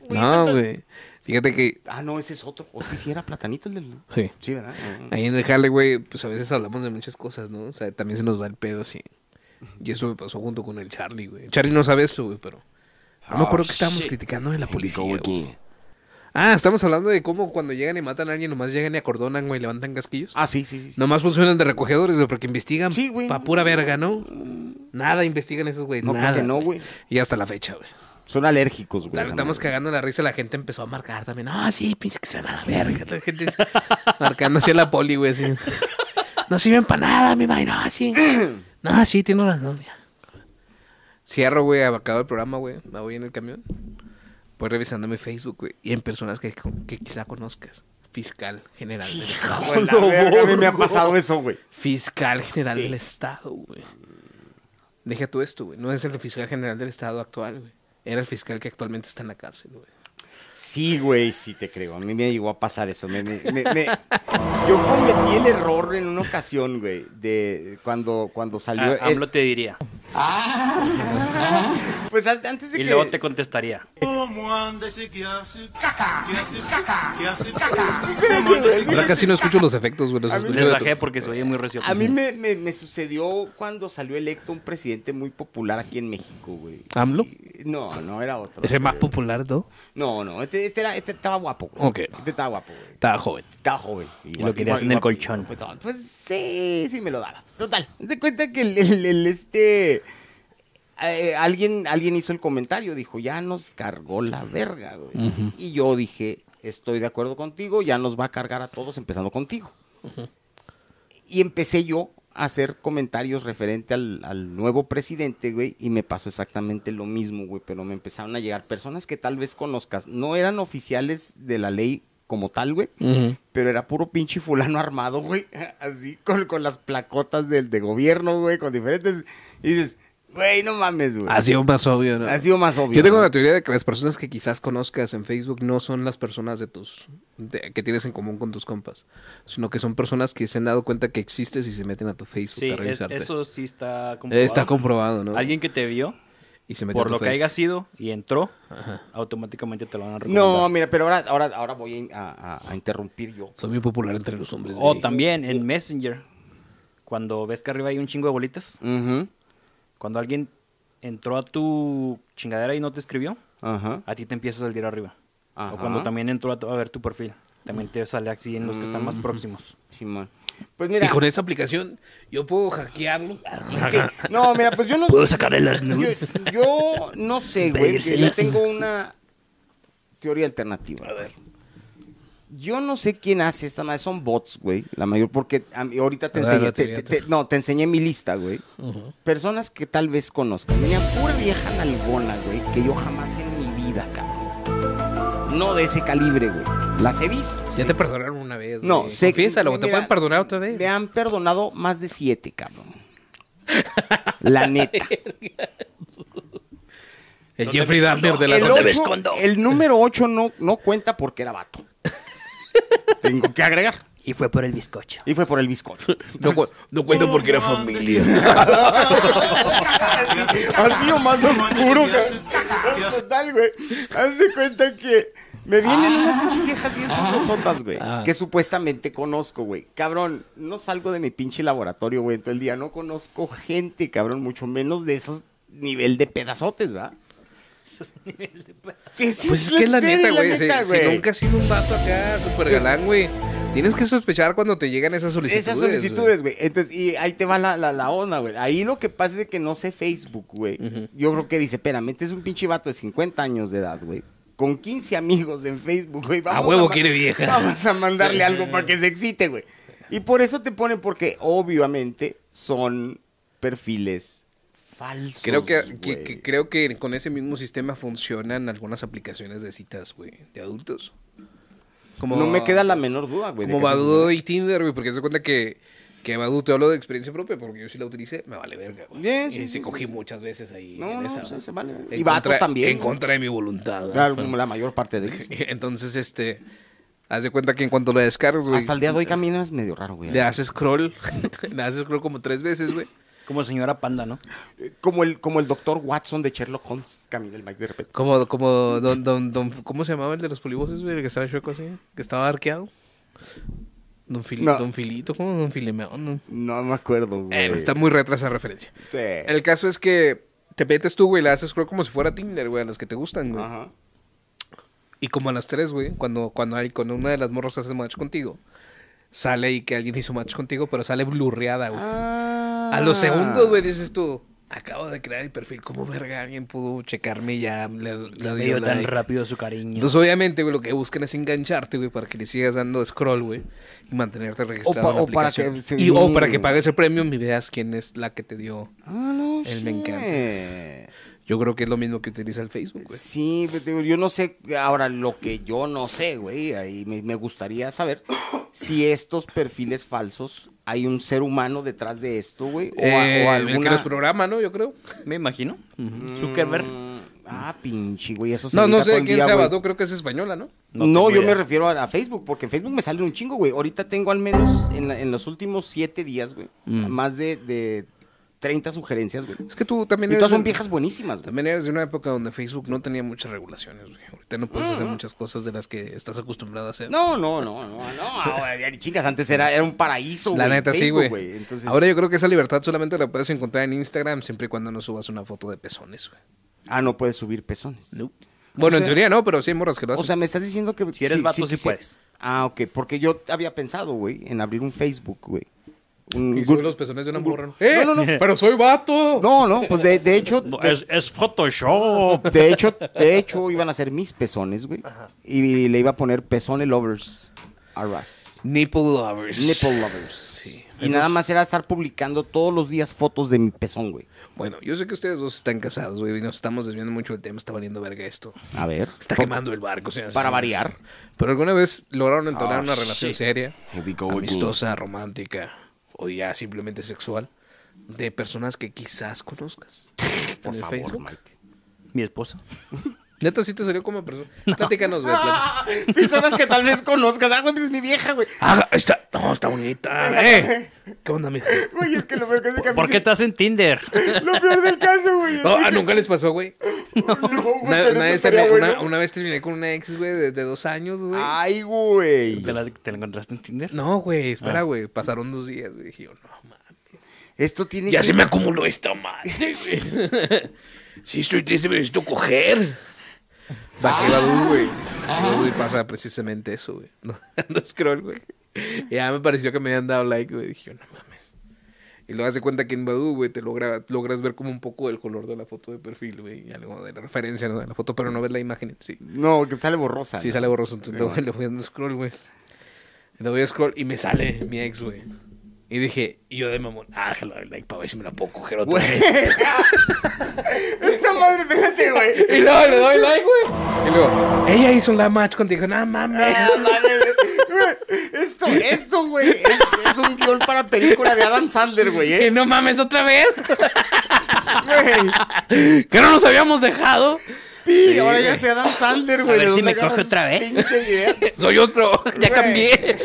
Speaker 2: No, güey. Fíjate que,
Speaker 3: Ah, no, ese es otro. O sí, sí era platanito el del.
Speaker 2: sí.
Speaker 3: Sí, ¿verdad? Mm.
Speaker 2: Ahí en el jale, güey, pues a veces hablamos de muchas cosas, ¿no? O sea, también se nos va el pedo así. Y eso me pasó junto con el Charlie, güey. Charlie no sabe eso, güey, pero. No
Speaker 3: Ah,
Speaker 2: me acuerdo que estábamos criticando de la policía, güey. Ah, estamos hablando de cómo cuando llegan y matan a alguien, nomás llegan y acordonan, güey, levantan casquillos.
Speaker 3: Ah, sí, sí, sí. sí.
Speaker 2: Nomás funcionan de recogedores, güey, porque investigan
Speaker 3: Sí, güey.
Speaker 2: pa' pura verga, ¿no? Nada investigan esos güeyes,
Speaker 3: No, creo
Speaker 2: nada.
Speaker 3: que no, güey.
Speaker 2: Y hasta la fecha, güey.
Speaker 3: Son alérgicos, güey. esa
Speaker 2: Estamos
Speaker 3: madre.
Speaker 2: cagando la risa, la gente empezó a marcar también. Ah, sí, pinche que se van a la verga. La gente marcando así a la poli, güey. así. No sirven para nada, mi madre. No, sí. No, sí, tiene razón. mira. Cierro, güey, acabo el programa, güey. Me voy en el camión. Voy revisando mi Facebook, güey. Y en personas que, que quizá conozcas. Fiscal general del Estado.
Speaker 3: Con la verga, a mí me ha pasado eso, güey.
Speaker 2: Fiscal general del Estado, güey. Deja tú esto, güey. No es el fiscal general del Estado actual, güey. Era el fiscal que actualmente está en la cárcel, güey.
Speaker 3: Sí, güey, sí te creo. A mí me llegó a pasar eso. Me- me- me- me- Yo cometí el error en una ocasión, güey, de cuando, cuando salió.
Speaker 4: Ah, AMLO te diría.
Speaker 3: eh, pues hasta antes de
Speaker 4: Y
Speaker 3: que.
Speaker 4: luego te contestaría.
Speaker 2: Ahora casi no escucho los efectos, güey. Los escucho
Speaker 4: Les
Speaker 2: de
Speaker 4: bajé
Speaker 2: tu-
Speaker 4: porque se oye muy recio.
Speaker 3: A mí me, me- me sucedió cuando salió electo un presidente muy popular aquí en México, güey.
Speaker 2: ¿AMLO?
Speaker 3: Y- No, no era otro.
Speaker 2: Ese más popular, ¿no?
Speaker 3: No, no, este, este era, este estaba guapo, güey.
Speaker 2: Ok.
Speaker 3: Este estaba guapo, güey.
Speaker 2: Estaba joven.
Speaker 3: Estaba joven. Y
Speaker 4: lo querías en el colchón.
Speaker 3: Pues sí, sí me lo daba. Pues, total. Se cuenta que el, el- el, este. eh, alguien, alguien hizo el comentario, dijo, ya nos cargó la verga, güey. Y yo dije, estoy de acuerdo contigo, ya nos va a cargar a todos, empezando contigo. Y empecé yo a hacer comentarios referente al, al nuevo presidente, güey, y me pasó exactamente lo mismo, güey, pero me empezaron a llegar personas que tal vez conozcas, no eran oficiales de la ley como tal, güey, pero era puro pinche fulano armado, güey. Así, con, con las placotas del de gobierno, güey, con diferentes. Y dices, güey, no mames, güey.
Speaker 2: Ha sido más obvio, Ah, ¿no?
Speaker 3: Ha sido más obvio.
Speaker 2: Yo tengo
Speaker 3: ¿no?
Speaker 2: la teoría de que las personas que quizás conozcas en Facebook no son las personas de tus de- que tienes en común con tus compas, sino que son personas que se han dado cuenta que existes y se meten a tu Facebook
Speaker 4: Sí,
Speaker 2: a
Speaker 4: es-
Speaker 2: revisarte. Eh,
Speaker 4: eso sí está comprobado.
Speaker 2: Está comprobado, ¿no?
Speaker 4: Alguien que te vio,
Speaker 2: y se metió a
Speaker 4: por
Speaker 2: tu
Speaker 4: lo que
Speaker 2: Face.
Speaker 4: haya sido y entró, automáticamente te lo van a recomendar.
Speaker 3: No, mira, pero ahora, ahora, ahora voy a, a- a interrumpir yo.
Speaker 2: Soy muy popular entre los hombres.
Speaker 4: O
Speaker 2: güey.
Speaker 4: también en Messenger, cuando ves que arriba hay un chingo de bolitas,
Speaker 3: Ujú,
Speaker 4: cuando alguien entró a tu chingadera y no te escribió,
Speaker 3: Ajá.
Speaker 4: a ti te empieza a salir arriba.
Speaker 3: Ajá.
Speaker 4: O cuando también entró a, tu- a ver tu perfil, también te sale así en los que están más
Speaker 3: Mm.
Speaker 4: próximos.
Speaker 3: Simón. Pues
Speaker 2: Y
Speaker 3: mira.
Speaker 2: con esa aplicación yo puedo hackearlo.
Speaker 3: sí. No, mira, pues yo no.
Speaker 5: Puedo sacarle las nudes.
Speaker 3: Yo, yo no sé, güey. que Yo
Speaker 5: Pedírselas.
Speaker 3: tengo una teoría alternativa. A ver. Yo no sé quién hace esta madre. Son bots, güey. La mayor, porque a mí- ahorita te
Speaker 2: A ver,
Speaker 3: enseñé.
Speaker 2: Ah, la
Speaker 3: te-
Speaker 2: teoría,
Speaker 3: te- te- no, te enseñé mi lista, güey. Personas que tal vez conozcan. Mira, pura vieja nalgona, güey, que yo jamás en mi vida, cabrón. No de ese calibre, güey. Las he visto.
Speaker 2: Ya
Speaker 3: sí.
Speaker 2: te perdonaron una vez.
Speaker 3: No,
Speaker 2: güey.
Speaker 3: sé que-
Speaker 2: Confiésalo, te
Speaker 3: mira,
Speaker 2: pueden perdonar otra vez.
Speaker 3: Me han perdonado más de siete, cabrón. La neta.
Speaker 2: El Jeffrey Dahmer de la
Speaker 3: el,
Speaker 2: zona.
Speaker 3: ocho-
Speaker 5: escondo.
Speaker 3: el número 8 no, no cuenta porque era vato. Tengo que agregar.
Speaker 5: Y fue por el bizcocho.
Speaker 3: Y fue por el bizcocho.
Speaker 2: No, cu- Oh, no cuento porque era familia.
Speaker 3: Ha sido más oscuro, cabrón. Total, güey. Hace cuenta que me vienen
Speaker 2: Ah.
Speaker 3: unas pinches viejas bien sabrosotas, güey. Que supuestamente conozco, güey. Cabrón, no salgo de mi pinche laboratorio, güey, en todo el día. No conozco gente, cabrón, mucho menos de esos nivel de pedazotes, ¿va? Que sí,
Speaker 2: Pues es que es la
Speaker 3: sí,
Speaker 2: neta, güey. Si, si
Speaker 3: güey.
Speaker 2: nunca has sido un vato acá, super galán, güey. Tienes que sospechar cuando te llegan esas solicitudes.
Speaker 3: Esas
Speaker 2: güey.
Speaker 3: solicitudes, güey. Entonces, y ahí te va la, la, la onda, güey. Ahí lo que pasa es de que no sé Facebook, güey. Yo creo que dice, espérame, este es un pinche vato de 50 años de edad, güey. Con 15 amigos en Facebook, güey. Vamos
Speaker 2: huevo
Speaker 3: ma-
Speaker 2: quiere vieja.
Speaker 3: Vamos a mandarle algo para que se excite, güey. Y por eso te ponen, porque obviamente son perfiles falsos.
Speaker 2: Creo que, que-
Speaker 3: güey.
Speaker 2: que- creo que con ese mismo sistema funcionan algunas aplicaciones de citas, güey, de adultos. Como,
Speaker 3: No me queda la menor duda, güey. de
Speaker 2: Como
Speaker 3: que son-
Speaker 2: Badoo y Tinder, güey, porque se cuenta que, que Badoo, te hablo de experiencia propia, porque yo sí la utilicé, me vale verga, güey.
Speaker 3: Bien,
Speaker 2: y
Speaker 3: sí,
Speaker 2: se
Speaker 3: sí,
Speaker 2: cogí muchas veces ahí.
Speaker 3: No,
Speaker 2: en
Speaker 3: no,
Speaker 2: esa,
Speaker 3: sí,
Speaker 2: ¿no?
Speaker 3: se vale.
Speaker 2: En
Speaker 3: Y vatos
Speaker 2: contra-
Speaker 3: también,
Speaker 2: En
Speaker 3: güey.
Speaker 2: contra de mi voluntad. ¿no?
Speaker 3: La,
Speaker 2: Pero-
Speaker 3: la mayor parte de ellos.
Speaker 2: Entonces, este, haz de cuenta que en cuanto la descargas, güey.
Speaker 3: Hasta el día de hoy caminas medio raro, güey.
Speaker 2: Le haces scroll, le haces scroll como tres veces, güey.
Speaker 4: Como señora panda, ¿no?
Speaker 3: Como el, como el doctor Watson de Sherlock Holmes. Camina el Mike de repente.
Speaker 2: Como, como, don, don, don, ¿cómo se llamaba el de los polivoces, güey? El que estaba chueco así, que estaba arqueado. Don, Fili-
Speaker 3: No.
Speaker 2: don Filito, ¿cómo? Don Filemeón. ¿no?
Speaker 3: No me acuerdo, güey.
Speaker 2: Eh, está muy reta esa referencia.
Speaker 3: Sí.
Speaker 2: El caso es que te metes tú, güey, la haces creo como si fuera Tinder, güey, a las que te gustan, güey.
Speaker 3: Ajá.
Speaker 2: Y como a las tres, güey, cuando, cuando, hay, cuando una de las morras hace match contigo, sale y que alguien hizo match contigo, pero sale blurreada, güey. A
Speaker 3: Ah.
Speaker 2: los segundos, güey, dices tú, acabo de crear el perfil, ¿cómo verga alguien pudo checarme y ya? Le, le dio
Speaker 4: Le dio tan
Speaker 2: Ah, like?
Speaker 4: rápido su cariño.
Speaker 2: Entonces, obviamente, güey, lo que buscan es engancharte, güey, para que le sigas dando scroll, güey, y mantenerte registrado
Speaker 3: pa-
Speaker 2: en la
Speaker 3: o para
Speaker 2: aplicación.
Speaker 3: que se-
Speaker 2: Y, o para que pagues el premium y veas quién es la que te dio.
Speaker 3: Ah, no.
Speaker 2: Él me
Speaker 3: shit.
Speaker 2: Yo creo que es lo mismo que utiliza el Facebook, güey.
Speaker 3: Sí, pues, digo, yo no sé, ahora lo que yo no sé, güey, ahí me, me gustaría saber si estos perfiles falsos, hay un ser humano detrás de esto, güey, o, a- o
Speaker 2: Eh, El que
Speaker 3: alguna...
Speaker 2: los programa, ¿no? Yo creo.
Speaker 4: Me imagino. Zuckerberg.
Speaker 3: Mm, Ah, pinche, güey, eso se
Speaker 2: No, no
Speaker 3: edita todo
Speaker 2: sé
Speaker 3: el
Speaker 2: quién
Speaker 3: día,
Speaker 2: sea
Speaker 3: güey.
Speaker 2: Abadú, creo que es española, ¿no?
Speaker 4: No
Speaker 3: No,
Speaker 4: tengo
Speaker 3: yo
Speaker 4: idea.
Speaker 3: me refiero a, a Facebook, porque en Facebook me salen un chingo, güey. Ahorita tengo al menos, en, la- en los últimos siete días, güey,
Speaker 4: Mm.
Speaker 3: más de, de 30 sugerencias, güey.
Speaker 2: Es que tú también
Speaker 3: Y todas
Speaker 2: eres
Speaker 3: son
Speaker 2: un-
Speaker 3: viejas buenísimas, güey.
Speaker 2: También eres de una época donde Facebook no tenía muchas regulaciones, güey. Ahorita no puedes hacer muchas cosas de las que estás acostumbrado a hacer.
Speaker 3: No, no, no, no, no. Ahora, ya ni chingas, antes era, era un paraíso,
Speaker 2: La
Speaker 3: güey,
Speaker 2: neta, sí,
Speaker 3: Facebook,
Speaker 2: güey.
Speaker 3: Entonces,
Speaker 2: Ahora yo creo que esa libertad solamente la puedes encontrar en Instagram siempre y cuando no subas una foto de pezones, güey.
Speaker 3: Ah, no puedes subir pezones.
Speaker 2: Bueno,
Speaker 3: O
Speaker 2: en
Speaker 3: sea-
Speaker 2: teoría no, pero sí hay morras que lo hacen.
Speaker 3: O sea, me estás diciendo que...
Speaker 4: Si eres vato, sí
Speaker 3: quisiera-
Speaker 4: puedes.
Speaker 3: Ah, ok, porque yo había pensado, güey, en abrir un Facebook, güey. Un
Speaker 2: y
Speaker 3: gru-
Speaker 2: sube los pezones de una morra. ¿no?
Speaker 3: No, no, no.
Speaker 2: ¡Eh! ¡Pero soy vato!
Speaker 3: No, no, pues de, de hecho...
Speaker 4: No,
Speaker 3: de-
Speaker 4: es, es Photoshop.
Speaker 3: De hecho, de hecho, iban a ser mis pezones, güey. Y le iba a poner pezones lovers a Raz.
Speaker 2: Nipple lovers.
Speaker 3: Nipple lovers.
Speaker 2: Sí.
Speaker 3: Y nada más era estar publicando todos los días fotos de mi pezón, güey.
Speaker 2: Bueno, yo sé que ustedes dos están casados, güey, y nos estamos desviando mucho del tema. Está valiendo verga esto.
Speaker 3: A ver.
Speaker 2: Está quemando el barco, señoras y
Speaker 3: Para
Speaker 2: señores.
Speaker 3: variar.
Speaker 2: Pero alguna vez lograron entablar
Speaker 4: Ah,
Speaker 2: una relación
Speaker 4: sí.
Speaker 2: seria,
Speaker 3: Here we go again.
Speaker 2: amistosa, romántica o ya simplemente sexual de personas que quizás conozcas en
Speaker 3: Por
Speaker 2: el
Speaker 3: favor,
Speaker 2: Facebook.
Speaker 3: Mike.
Speaker 4: Mi esposa.
Speaker 2: Neta, sí te salió como persona. Platícanos, güey. plati-
Speaker 3: Ah, personas que tal vez conozcas. Ah, güey, pues es mi vieja, güey.
Speaker 2: Ah, está, no, está bonita. ¿eh? ¿Qué onda, mijo?
Speaker 3: Güey, es que lo peor que hace que a mí
Speaker 4: ¿Por qué
Speaker 3: se-
Speaker 4: estás en Tinder?
Speaker 3: Lo peor del caso, güey. es
Speaker 2: No,
Speaker 3: de
Speaker 2: ah,
Speaker 3: que-
Speaker 2: nunca les pasó, güey.
Speaker 3: No, güey,
Speaker 2: Una,
Speaker 3: pero
Speaker 2: una
Speaker 3: eso
Speaker 2: vez
Speaker 3: estaría
Speaker 2: terminé- una-
Speaker 3: bueno. Ah.
Speaker 2: una vez terminé con una ex, güey, de, de dos años, güey.
Speaker 3: Ay, güey.
Speaker 4: ¿Te la, te la encontraste en Tinder?
Speaker 2: No, güey, espera,
Speaker 4: Ah.
Speaker 2: güey. Pasaron dos días, güey. Dije, yo, no, man.
Speaker 3: Esto tiene
Speaker 2: Ya
Speaker 3: que
Speaker 2: se me acumuló esta madre, güey. Sí, estoy triste, me necesito coger. Va
Speaker 3: Ah.
Speaker 2: que va duro, güey. No, güey, pasa precisamente eso, güey. No, ando scroll, güey. Ya me pareció que me habían dado like, güey. Dije, no mames. Y luego hace cuenta que en Badu, güey, te logra, logras ver como un poco el color de la foto de perfil, güey. Y algo de la referencia, ¿no? De la foto, pero no ves la imagen en sí.
Speaker 3: No, que sale borrosa.
Speaker 2: Sí,
Speaker 3: ¿no?
Speaker 2: sale borroso. Entonces
Speaker 3: Igual.
Speaker 2: le voy dando scroll, güey. Le doy scroll y me sale mi ex, güey. Y dije, y yo de mamón, ah, déjalo, dale like para ver si me la puedo coger otra vez.
Speaker 3: Esta madre, fíjate, güey.
Speaker 2: Y luego le doy like, güey. Y luego, ella hizo la match contigo. No mames.
Speaker 3: Ah, madre, güey. Esto, esto, güey, es, es un guión para película de Adam Sandler, güey,
Speaker 2: Que
Speaker 3: ¿eh?
Speaker 2: no mames otra vez.
Speaker 3: Güey,
Speaker 4: Que no nos habíamos dejado.
Speaker 3: pi, ahora ya sé Adam Sandler, güey.
Speaker 4: ver
Speaker 3: ¿de
Speaker 4: si
Speaker 3: dónde
Speaker 4: me coge
Speaker 3: agarras
Speaker 4: otra vez?
Speaker 3: pinche idea?
Speaker 2: Soy otro. Ya
Speaker 3: Güey.
Speaker 2: cambié.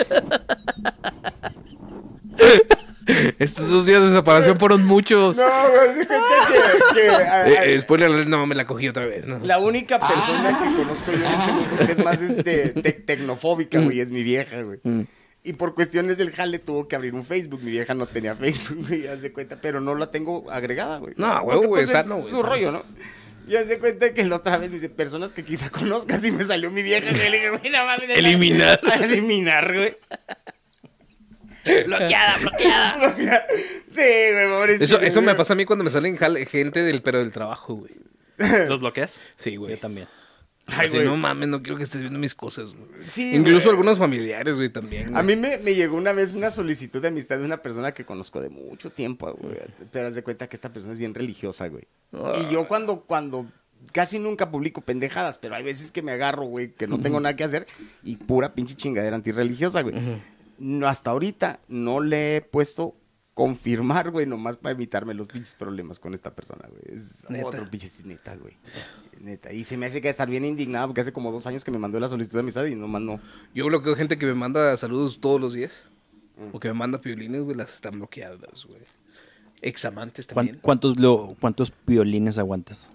Speaker 2: Estos dos días de separación fueron muchos.
Speaker 3: No, güey, se cuenta que, que, a- Ah.
Speaker 2: Eh,
Speaker 3: a-
Speaker 2: eh, spoiler alert, no, me la cogí otra vez. ¿no?
Speaker 3: la única persona que conozco yo en este mundo que es más este, tec- tecnofóbica,
Speaker 2: Mm.
Speaker 3: güey, es mi vieja, güey. Y por cuestiones del jale tuvo que abrir un Facebook. Mi vieja no tenía Facebook, güey, ya se cuenta. Pero no la tengo agregada, güey.
Speaker 2: No,
Speaker 3: Porque,
Speaker 2: huevo, güey,
Speaker 3: pues, es
Speaker 2: sano, güey,
Speaker 3: Su
Speaker 2: sano.
Speaker 3: rollo, ¿no? Ya se cuenta que la otra vez me dice, personas que quizá conozcas y me salió mi vieja. güey, le dije, güey, no mames, de la-
Speaker 2: Eliminar.
Speaker 3: a Eliminar, güey.
Speaker 4: Bloqueada, bloqueada.
Speaker 3: Sí, güey, pobrecito.
Speaker 2: Eso, eso me
Speaker 3: güey.
Speaker 2: pasa a mí cuando me salen jale- gente del pero del trabajo, güey.
Speaker 4: ¿Los bloqueas?
Speaker 2: Sí, güey.
Speaker 4: Yo también.
Speaker 2: Ay,
Speaker 3: güey.
Speaker 2: no mames, no quiero que estés viendo mis cosas, güey.
Speaker 3: Sí,
Speaker 2: Incluso
Speaker 3: güey.
Speaker 2: algunos familiares, güey, también.
Speaker 3: A
Speaker 2: güey.
Speaker 3: mí me, me llegó una vez una solicitud de amistad de una persona que conozco de mucho tiempo, güey. Pero haz de cuenta que esta persona es bien religiosa, güey. Y yo cuando, cuando casi nunca publico pendejadas, pero hay veces que me agarro, güey, que no tengo nada que hacer y pura pinche chingadera antirreligiosa, güey. No, hasta ahorita no le he puesto confirmar, güey, nomás para evitarme los pinches problemas con esta persona, güey. Es
Speaker 2: Neta.
Speaker 3: otro pinche sí, neta, güey. Neta. Y se me hace que estar bien indignado porque hace como dos años que me mandó la solicitud de amistad y nomás no.
Speaker 2: Yo bloqueo gente que me
Speaker 3: Mm.
Speaker 2: manda saludos todos los días. O que me manda piolines, güey, las están bloqueadas, güey. Examantes
Speaker 4: ¿Cuán-
Speaker 2: también.
Speaker 4: ¿Cuántos, lo- ¿Cuántos violines aguantas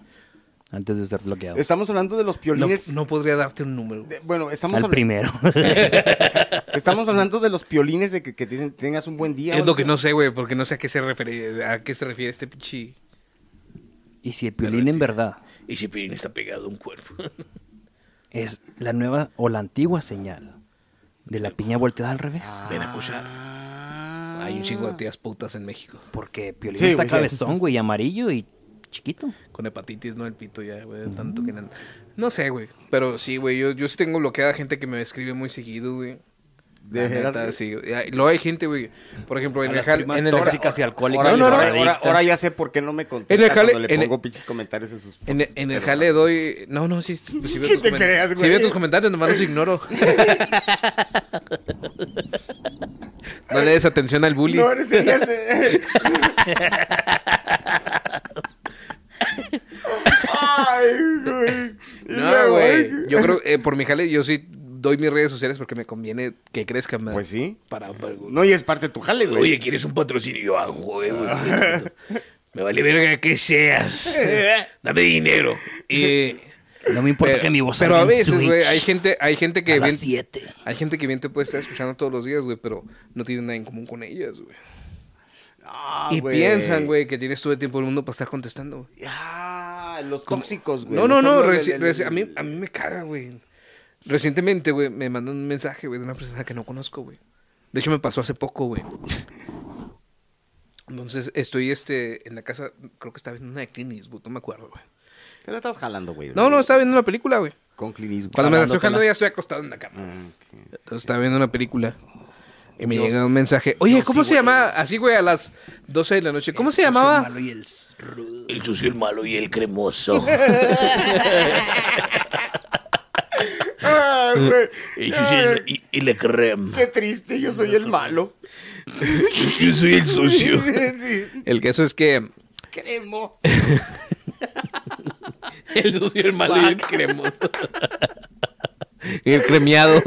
Speaker 4: antes de ser bloqueado?
Speaker 3: Estamos hablando de los
Speaker 2: No,
Speaker 3: piolines.
Speaker 2: no podría darte un número.
Speaker 3: de- bueno, estamos,
Speaker 4: Al
Speaker 3: habla-
Speaker 4: primero.
Speaker 3: estamos hablando de los piolines de que, que te dicen tengas un buen día.
Speaker 2: Es
Speaker 3: o
Speaker 2: lo que no sé, güey, porque no sé a qué se refiere, a qué se refiere este pinche.
Speaker 4: y si el violín en verdad
Speaker 2: Y si Pirín está pegado a un cuerpo.
Speaker 4: es la nueva o la antigua señal de la piña volteada al revés.
Speaker 2: Ven a cuchar.
Speaker 3: Ah.
Speaker 2: Hay un chingo de tías putas en México.
Speaker 4: Porque Piolín
Speaker 3: Sí,
Speaker 4: está
Speaker 3: güey, sí.
Speaker 4: cabezón, güey, amarillo y chiquito.
Speaker 2: Con hepatitis, no el pito ya, güey, de tanto que... nan- No sé, güey. Pero sí, güey, yo, yo sí tengo bloqueada gente que me escribe muy seguido, güey.
Speaker 3: ¿De
Speaker 2: La
Speaker 3: veras,
Speaker 2: neta,
Speaker 3: güey?
Speaker 2: sí. Y Luego hay gente, güey. Por ejemplo, en
Speaker 4: A
Speaker 2: el
Speaker 4: las
Speaker 2: jale...
Speaker 4: primas
Speaker 2: en el jale-
Speaker 4: tóxicas y alcohólicas.
Speaker 3: Ahora,
Speaker 2: No, no, no.
Speaker 3: ahora- ahora- ahora ya sé por qué no me contesta
Speaker 2: En el jale-
Speaker 3: cuando le
Speaker 2: en el-
Speaker 3: pongo pinches comentarios en sus
Speaker 2: En,
Speaker 3: posts,
Speaker 2: en el
Speaker 3: pero-
Speaker 2: jale doy... No, no, sí, sí, pues, si veo
Speaker 3: ¿Qué
Speaker 2: tus,
Speaker 3: te
Speaker 2: comen-
Speaker 3: creas,
Speaker 2: si
Speaker 3: güey?
Speaker 2: veo tus comentarios, nomás los ignoro. no le des atención al bully.
Speaker 3: No, eres ella, se- Ay, güey. Y
Speaker 2: No,
Speaker 3: luego,
Speaker 2: güey. Yo creo, eh, por mi jale, yo sí doy mis redes sociales porque me conviene que crezcan más.
Speaker 3: Pues sí.
Speaker 2: Para, para-
Speaker 3: No, y es parte de tu jale, güey.
Speaker 2: Oye, ¿quieres un patrocinio? Yo hago, güey. güey, güey. Me vale verga que seas. Dame dinero. Y-
Speaker 4: No me importa que mi voz
Speaker 2: pero
Speaker 4: salga
Speaker 2: a
Speaker 4: en
Speaker 2: veces, güey,
Speaker 4: Switch
Speaker 2: hay gente, hay gente que
Speaker 4: a las
Speaker 2: bien-
Speaker 4: siete.
Speaker 2: hay gente que bien te puede estar escuchando todos los días, güey, pero no tienen nada en común con ellas, güey.
Speaker 3: Ah,
Speaker 2: y piensan, güey, que tienes todo el tiempo del mundo para estar contestando. güey.
Speaker 3: Ah, los tóxicos, güey.
Speaker 2: No, no,
Speaker 3: Los
Speaker 2: no. reci-
Speaker 3: tóxicos, el-
Speaker 2: reci-
Speaker 3: el-
Speaker 2: a, mí, a mí me caga, güey. Recientemente, güey, me mandó un mensaje, güey, de una persona que no conozco, güey. De hecho, me pasó hace poco, güey. Entonces, estoy este, en la casa, creo que estaba viendo una de Clint Eastwood, no me acuerdo, güey.
Speaker 3: ¿Qué la estás jalando, güey?
Speaker 2: No, no, estaba viendo una película, güey.
Speaker 3: Con Clint Eastwood.
Speaker 2: Cuando me la estoy
Speaker 4: Jalándotela.
Speaker 2: dejando ya estoy acostado en la cama. Entonces, estaba viendo una película y me
Speaker 3: Ah, Yo-
Speaker 2: llega un mensaje. Oye,
Speaker 3: yo
Speaker 2: ¿cómo
Speaker 3: sí,
Speaker 2: se
Speaker 3: güey.
Speaker 2: llamaba? Así, güey, a las 12 de la noche. ¿Cómo se
Speaker 4: Yo soy
Speaker 2: llamaba?
Speaker 4: malo y el-
Speaker 5: El sucio, el malo y el cremoso.
Speaker 3: Ah, güey.
Speaker 5: El sucio y,
Speaker 3: Ay,
Speaker 5: el- y- y la crema.
Speaker 3: Qué triste, yo soy el malo.
Speaker 5: Yo soy el sucio.
Speaker 2: El queso es que...
Speaker 3: Creemos.
Speaker 2: El sucio, el malo y el cremoso. el cremiado.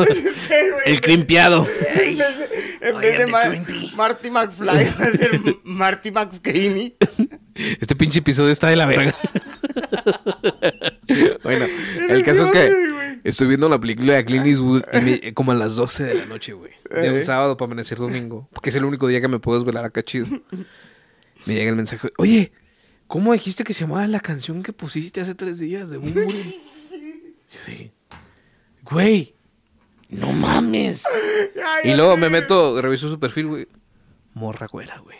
Speaker 3: El
Speaker 4: Crimpiado.
Speaker 3: En vez de Mar- Marty McFly, va a ser M- Marty McCreamy.
Speaker 2: Este pinche episodio está de la verga. bueno, el caso es que estoy viendo la película de Clint Eastwood y me- como a las 12 de la noche, güey. De un sábado para amanecer domingo. Porque es el único día que me puedo desvelar acá chido. Me llega el mensaje, oye, ¿cómo dijiste que se llamaba la canción que pusiste hace tres días de Bumburi? Sí. Güey.
Speaker 5: No mames.
Speaker 3: Ay,
Speaker 2: Y luego me meto, reviso su perfil, güey. Morra güera, güey.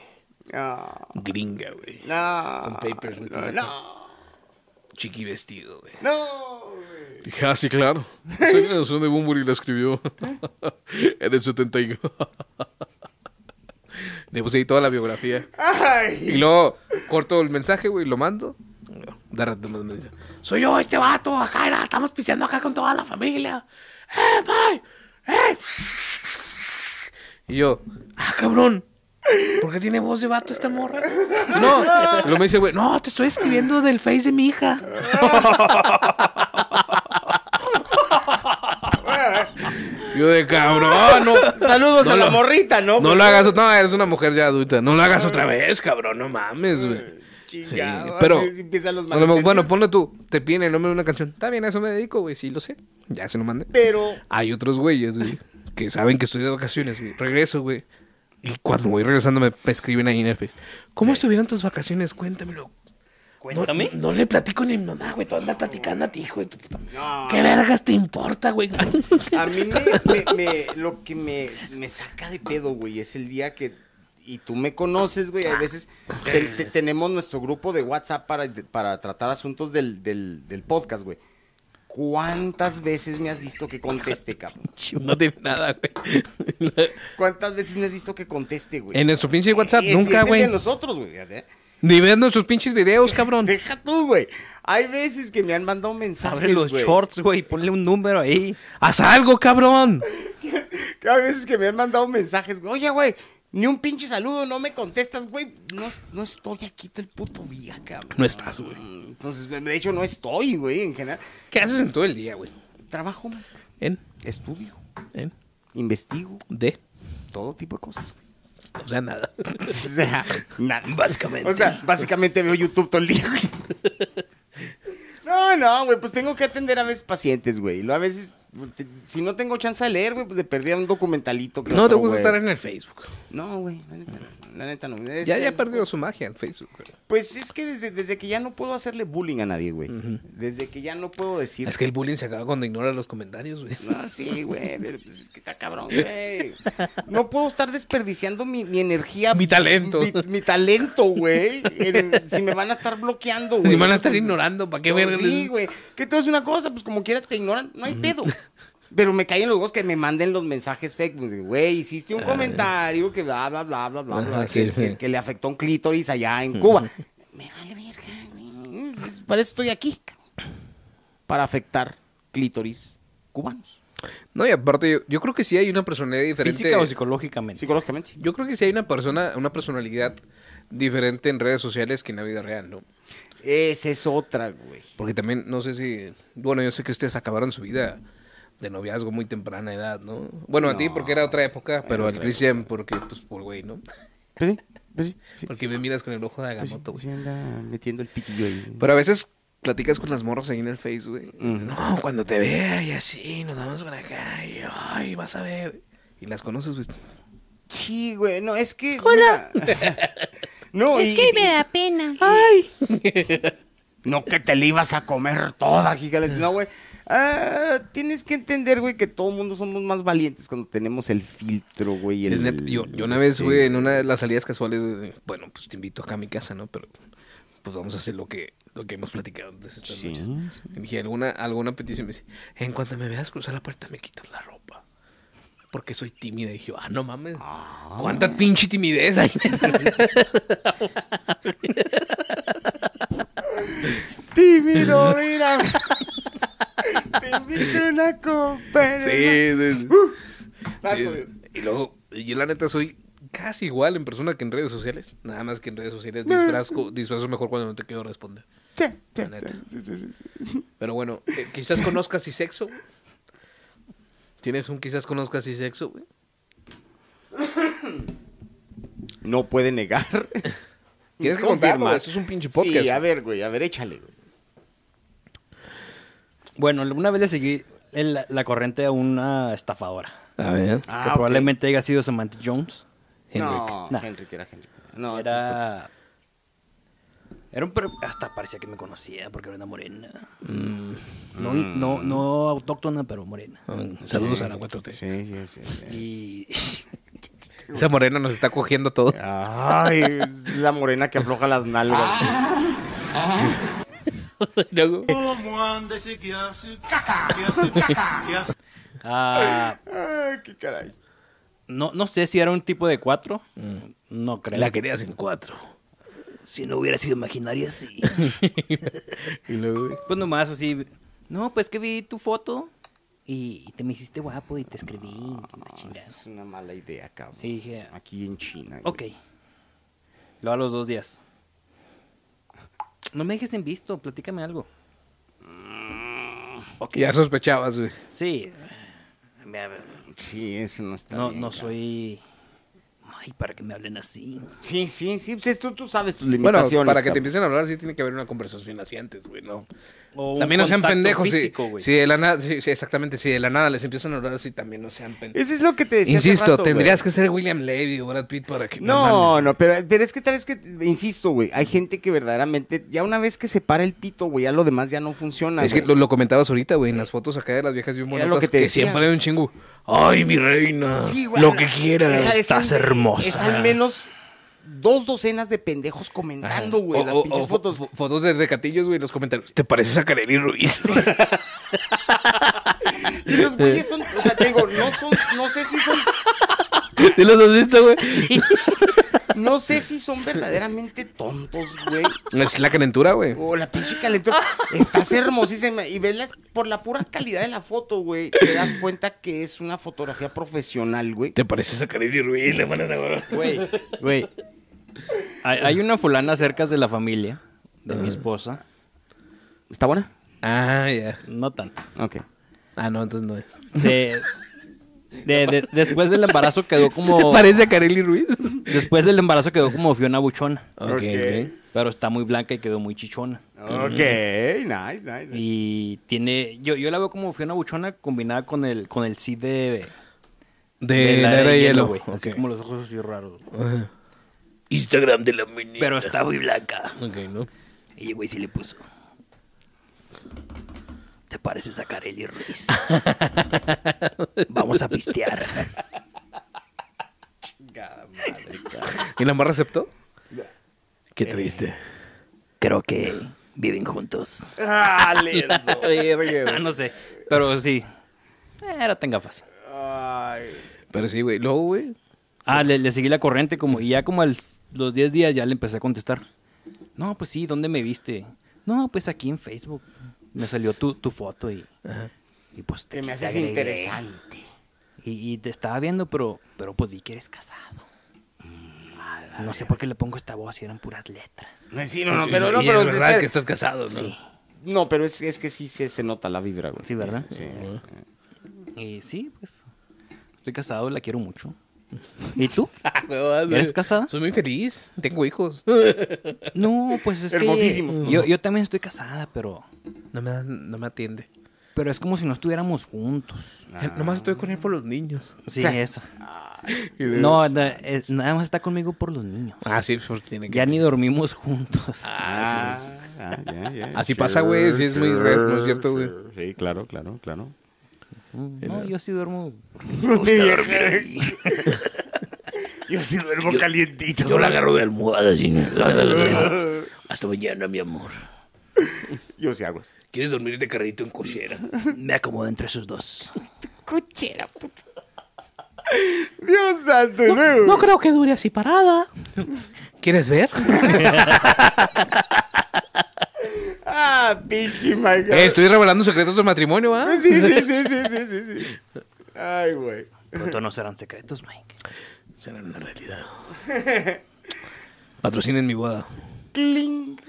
Speaker 3: No,
Speaker 2: Gringa, güey.
Speaker 3: no.
Speaker 2: Con papers, güey,
Speaker 3: No,
Speaker 2: te
Speaker 3: no.
Speaker 2: Chiqui vestido, güey.
Speaker 3: no, güey.
Speaker 2: Dije, ah, sí, claro. Soy la canción de Bumburi la escribió en el 71. Le puse ahí toda la biografía. Y
Speaker 3: Ay.
Speaker 2: luego corto el mensaje, güey, lo mando. De rato más me dice,
Speaker 5: Soy yo, este vato. Acá, era, estamos pichando acá con toda la familia. ¡Eh, bye! ¡Eh!
Speaker 2: Y yo, ah, cabrón.
Speaker 5: ¿Por qué tiene voz de vato esta morra?
Speaker 2: No. Y luego me dice, güey, no.
Speaker 5: No, te estoy escribiendo del face de mi hija.
Speaker 2: Yo de cabrón, no.
Speaker 3: Saludos
Speaker 2: No
Speaker 3: a la
Speaker 2: lo-
Speaker 3: morrita, ¿no?
Speaker 2: No lo hagas, no, eres una mujer ya adulta. No lo hagas otra vez, cabrón, no mames, güey. Sí,
Speaker 3: Chingado,
Speaker 2: pero
Speaker 3: así empiezan los
Speaker 2: a lo mejor, bueno,
Speaker 3: malentendidos.
Speaker 2: ponle tú, te piden el nombre de una canción. Está bien, a eso me dedico, güey, sí lo sé. Ya se lo mandé.
Speaker 3: Pero.
Speaker 2: Hay otros güeyes, güey, que saben que estoy de vacaciones, güey. Regreso, güey. Y cuando voy regresando me escriben ahí en el Face. ¿Cómo estuvieron tus vacaciones? Cuéntamelo.
Speaker 4: Cuéntame.
Speaker 5: No, no le platico ni a mi mamá, güey. Tú andas platicando a ti, hijo de tu puta. ¿Qué vergas te importa, güey?
Speaker 3: A mí me, me- me- lo que me, me saca de pedo, güey, es el día que, y tú me conoces, güey, a veces te- te- tenemos nuestro grupo de WhatsApp para, para tratar asuntos del, del, del podcast, güey. ¿Cuántas veces me has visto que conteste, cabrón?
Speaker 2: No tiene nada, güey.
Speaker 3: ¿Cuántas veces me has visto que conteste, güey?
Speaker 2: En nuestro pinche WhatsApp,
Speaker 3: Ese-
Speaker 2: nunca,
Speaker 3: ese
Speaker 2: güey.
Speaker 3: de nosotros, güey. ¿eh?
Speaker 2: Ni ves nuestros pinches videos, cabrón.
Speaker 3: Deja tú, güey. Hay veces que me han mandado mensajes,
Speaker 4: Abre los
Speaker 3: güey.
Speaker 4: shorts, güey. Ponle un número ahí.
Speaker 2: Haz algo, cabrón.
Speaker 3: Que Hay veces que me han mandado mensajes, güey. Oye, güey, ni un pinche saludo, no me contestas, güey. No, no estoy aquí todo el puto día, cabrón.
Speaker 2: No estás, güey.
Speaker 3: Entonces, de hecho, no estoy, güey, en general.
Speaker 2: ¿Qué haces en todo el día, güey?
Speaker 3: Trabajo,
Speaker 2: En,
Speaker 3: estudio,
Speaker 2: en,
Speaker 3: investigo,
Speaker 2: de.
Speaker 3: todo tipo de cosas, güey.
Speaker 5: O sea, nada.
Speaker 3: O sea, na-
Speaker 5: Básicamente.
Speaker 3: O sea, básicamente veo YouTube todo el día, güey. No, no, güey, pues tengo que atender a veces pacientes, güey. Lo- A veces, pues, te- si no tengo chance de leer, güey, pues de perdida un documentalito. que
Speaker 5: no te
Speaker 3: otro,
Speaker 5: gusta
Speaker 3: güey.
Speaker 5: estar en el Facebook.
Speaker 3: No, güey, la neta, no, la neta no. Es-
Speaker 2: Ya, ya
Speaker 3: es-
Speaker 2: perdió su magia en Facebook.
Speaker 3: Pues es que desde, desde que ya no puedo hacerle bullying a nadie, güey. Desde que ya no puedo decir...
Speaker 5: Es que el bullying se acaba cuando ignoras los comentarios, güey.
Speaker 3: No, sí, güey, pero pues es que está cabrón, güey. No puedo estar desperdiciando mi, mi energía.
Speaker 5: Mi talento.
Speaker 3: Mi, mi talento, güey. en- Si me van a estar bloqueando, güey.
Speaker 5: Si van a estar ignorando, ¿para qué verga?
Speaker 3: Sí, güey. Que todo es una cosa, pues como quiera te ignoran, no hay pedo. Pero me caen los dos que me manden los mensajes fake. pues, de, Güey, hiciste un comentario que bla, bla, bla, bla, bla, bla,
Speaker 5: Ajá,
Speaker 3: que,
Speaker 5: sí, sí.
Speaker 3: que- que le afectó un clítoris allá en Cuba. Me vale verga, güey. Es- Para eso estoy aquí, cabrón. Para afectar clítoris cubanos.
Speaker 2: No, y aparte, yo, yo creo que sí hay una personalidad diferente.
Speaker 4: Física o psicológicamente.
Speaker 3: Psicológicamente, sí.
Speaker 2: Yo creo que sí hay una persona, una personalidad diferente en redes sociales que en la vida real, ¿no?
Speaker 3: Esa es otra, güey.
Speaker 2: Porque también, no sé si. Bueno, yo sé que ustedes acabaron su vida de noviazgo muy temprana edad, ¿no? Bueno, a ti porque era otra época, pero al Cristian porque, pues, por güey, ¿no?
Speaker 3: Pues sí, pues sí, sí,
Speaker 2: Porque me miras con el ojo de
Speaker 3: pues sí,
Speaker 2: Agamotto,
Speaker 3: pues
Speaker 2: güey.
Speaker 3: sí anda metiendo el pitillo ahí.
Speaker 2: Pero a veces platicas con las morras ahí en el Face, güey.
Speaker 5: No, cuando te vea y así, nos vamos para acá y ay, vas a ver.
Speaker 2: Y las conoces, güey.
Speaker 3: Sí, güey, no, es que... Hola. No, y- y- No que te la ibas a comer toda, gigante. No, güey. Ah, tienes que entender, güey, que todo mundo somos más valientes cuando tenemos el filtro, güey. y el-
Speaker 2: Es neta, yo, yo una
Speaker 3: este,
Speaker 2: vez, güey, en una de las salidas casuales, güey, bueno, pues te invito acá a mi casa, ¿no? Pero pues vamos a hacer lo que, lo que hemos platicado desde estas
Speaker 3: Sí,
Speaker 2: noches.
Speaker 3: sí.
Speaker 2: Y dije, alguna, alguna petición me dice, en cuanto me veas cruzar la puerta me quitas la ropa. Porque soy tímida. Y dije, ah, no mames.
Speaker 3: Ah.
Speaker 2: ¿Cuánta pinche timidez hay en esa?
Speaker 3: Tímido, mira. Te invito a una copa.
Speaker 2: sí, sí.
Speaker 3: Ah,
Speaker 2: Uh. Sí,
Speaker 3: güey.
Speaker 2: Y luego, yo la neta soy casi igual en persona que en redes sociales. Nada más que en redes sociales disfrazco, disfrazo mejor cuando no te quiero responder.
Speaker 3: Sí, sí,
Speaker 2: La neta.
Speaker 3: sí, sí, sí, sí.
Speaker 2: Pero bueno, eh, quizás conozcas y sexo. ¿Tienes un quizás conozcas y sexo, güey?
Speaker 3: No puede negar.
Speaker 2: Tienes que
Speaker 3: Confirma.
Speaker 2: contarlo, güey, eso es un pinche podcast.
Speaker 3: Sí, a ver, güey, a ver, échale, güey.
Speaker 4: Bueno, una vez le seguí el- la corriente a una estafadora.
Speaker 2: A ver.
Speaker 3: Ah,
Speaker 4: que
Speaker 3: ok.
Speaker 4: probablemente haya sido Samantha Jones.
Speaker 3: No,
Speaker 4: Nah.
Speaker 3: Henrik era Henrik. No, entonces-
Speaker 4: Era. Era un. per- Hasta parecía que me conocía porque era una morena. No, no, no autóctona, pero morena.
Speaker 5: Saludos a la 4T.
Speaker 3: Sí, sí, sí. sí.
Speaker 4: Y.
Speaker 2: Esa morena nos está cogiendo todo.
Speaker 3: Ay, es la morena que afloja las nalgas.
Speaker 2: Ah.
Speaker 5: Luego,
Speaker 4: ah,
Speaker 3: Ay, qué caray.
Speaker 4: no, no sé si era un tipo de cuatro. No creo.
Speaker 5: la querías en cuatro.
Speaker 4: Si no hubiera sido imaginaria, sí.
Speaker 2: Y luego, güey,
Speaker 4: pues nomás así. No, pues que vi tu foto y, y te me hiciste guapo y te escribí. que la chingada.
Speaker 3: Es una mala idea, cabrón.
Speaker 4: Y dije,
Speaker 3: Aquí en China. güey.
Speaker 4: Ok. Lo a los dos días. No me dejes en visto, platícame algo.
Speaker 2: Ya sospechabas, güey.
Speaker 4: Sí. me-
Speaker 3: Sí, eso no está
Speaker 4: No,
Speaker 3: bien,
Speaker 4: no
Speaker 3: cabrón.
Speaker 4: soy. Ay, para que me hablen así.
Speaker 3: Sí, sí, sí. Pues, tú, tú sabes tus
Speaker 2: Bueno,
Speaker 3: limitaciones.
Speaker 2: para que te
Speaker 3: cabrón.
Speaker 2: empiecen a hablar, sí tiene que haber una conversación así antes, güey, ¿no?
Speaker 4: O un
Speaker 2: También no sean
Speaker 4: contacto
Speaker 2: pendejos. sí.
Speaker 4: físico, güey.
Speaker 2: si, de la nada, sí, sí, exactamente, si de la nada les empiezan a hablar así, también no sean pendejos.
Speaker 3: Eso es lo que te decía. hace
Speaker 2: Insisto,
Speaker 3: rato, güey.
Speaker 2: tendrías que ser William Levy o Brad Pitt para que.
Speaker 3: No,
Speaker 2: mames.
Speaker 3: no, pero, pero es que tal vez que, insisto, güey, hay gente que verdaderamente, ya una vez que se para el pito, güey, ya lo demás ya no funciona.
Speaker 2: Es que
Speaker 3: güey.
Speaker 2: lo, lo comentabas ahorita, güey, en las fotos acá de las viejas bien
Speaker 3: Era
Speaker 2: bonitas.
Speaker 3: lo que
Speaker 2: que,
Speaker 3: te decía.
Speaker 2: siempre hay un chingo. Ay, mi reina.
Speaker 3: Sí, güey,
Speaker 5: Lo
Speaker 3: al-
Speaker 5: que quieras,
Speaker 3: es al- es al-
Speaker 5: estás hermosa.
Speaker 3: Es al menos dos docenas de pendejos
Speaker 2: Ajá.
Speaker 3: comentando, güey,
Speaker 2: O-
Speaker 3: las
Speaker 2: o-
Speaker 3: pinches
Speaker 2: o fo-
Speaker 3: fotos.
Speaker 2: fo- fotos de recatillos, güey, en los comentarios.
Speaker 5: ¿Te pareces a Kareli Ruiz?
Speaker 3: Y los güeyes son, o sea, te digo, no son, no sé si son
Speaker 5: ¿Te los has visto, güey?
Speaker 3: No sé si son verdaderamente tontos, güey.
Speaker 2: Es la calentura, güey.
Speaker 3: O la pinche calentura. Estás hermosísima. Y ves las- por la pura calidad de la foto, güey. Te das cuenta que es una fotografía profesional, güey.
Speaker 5: ¿Te pareces a Kareli Ruiz? Le pones a huevo.
Speaker 4: Güey, güey. Hay, hay una fulana cerca de la familia de mi esposa.
Speaker 3: ¿Está buena?
Speaker 2: Ah, ya.
Speaker 4: No tanto.
Speaker 3: Ok.
Speaker 2: Ah, no, entonces no es.
Speaker 4: Se, De- de- después del embarazo quedó como.
Speaker 2: Parece a Kareli Ruiz.
Speaker 4: Después del embarazo quedó como Fiona Buchona.
Speaker 2: Ok, ok.
Speaker 4: Pero está muy blanca y quedó muy chichona.
Speaker 3: Ok, nice, nice. nice.
Speaker 4: Y tiene. Yo, yo la veo como Fiona Buchona combinada con el con el sí de.
Speaker 2: De,
Speaker 4: la
Speaker 2: la
Speaker 4: era
Speaker 2: era de hielo,
Speaker 4: güey.
Speaker 2: Ok.
Speaker 4: Así como los ojos así raros. güey.
Speaker 5: Instagram de la mini.
Speaker 4: Pero está muy blanca.
Speaker 2: Ok, ¿no?
Speaker 4: Y güey sí le puso.
Speaker 5: Te pareces a Kareli Ruiz. Vamos a pistear.
Speaker 2: ¿Y la morra aceptó? Qué triste.
Speaker 5: Creo que viven juntos.
Speaker 3: Dale,
Speaker 4: Ah, no sé. Pero sí. Era tan gafas.
Speaker 3: ay.
Speaker 2: Pero sí, güey. Luego, güey.
Speaker 4: Ah, le, le seguí la corriente como, y ya como a los 10 días ya le empecé a contestar. No, pues sí, ¿dónde me viste? No, pues aquí en Facebook. Me salió tu, tu foto y, y pues
Speaker 3: Te
Speaker 4: te,
Speaker 3: me
Speaker 4: te
Speaker 3: haces
Speaker 4: agregué.
Speaker 3: interesante.
Speaker 4: Y, y te estaba viendo, pero, pero pues vi que eres casado. No sé por qué le pongo esta voz, si eran puras letras.
Speaker 3: No, sí, no, no, pero no,
Speaker 2: Y
Speaker 3: pero
Speaker 2: es
Speaker 3: se-
Speaker 2: verdad
Speaker 3: pero-
Speaker 2: que estás casado, ¿no?
Speaker 4: Sí,
Speaker 3: No, pero es, es que sí se, se nota la vibra, güey.
Speaker 4: sí, ¿verdad?
Speaker 3: Sí.
Speaker 4: Y sí, pues, estoy casado, la quiero mucho. Ah, ¿Y tú?
Speaker 2: ¿Eres
Speaker 4: ¿Eres
Speaker 2: casada?
Speaker 4: casada?
Speaker 2: Soy muy feliz. Tengo hijos.
Speaker 4: No, pues es
Speaker 3: Hermosísimos.
Speaker 4: que yo, yo también estoy casada, pero...
Speaker 2: No me, dan- no me atiende.
Speaker 4: Pero es como si no estuviéramos juntos.
Speaker 3: Ah.
Speaker 2: Nomás estoy con él por los niños.
Speaker 4: Sí,
Speaker 2: Sí.
Speaker 4: esa.
Speaker 2: Y luego-
Speaker 4: No, na- eh, nada más está conmigo por los niños.
Speaker 2: Ah, sí, pues porque tiene que.
Speaker 4: Ya ni dormimos juntos.
Speaker 3: Ah, ah, ya, ya,
Speaker 2: Así pasa, güey, sí es muy real, ¿no es cierto, güey?
Speaker 3: sure. Sí, claro, claro, claro.
Speaker 4: No, yo sí duermo.
Speaker 3: Yo sí duermo calientito.
Speaker 5: Yo la agarro de almohada así. Hasta mañana, mi amor.
Speaker 3: Yo sí hago eso.
Speaker 2: ¿Quieres dormir de carrito en cochera?
Speaker 5: Me acomodo entre esos dos.
Speaker 3: Dios santo, de nuevo.
Speaker 5: No creo que dure así parada.
Speaker 2: ¿Quieres ver?
Speaker 3: Ah, pinche my God.
Speaker 2: Eh, estoy revelando secretos de matrimonio, ¿ah?
Speaker 3: Sí, sí, sí, sí, sí, sí, sí. Ay, güey.
Speaker 4: Pronto no serán secretos, Mike.
Speaker 2: Serán una realidad. Patrocinen mi boda.
Speaker 3: Cling.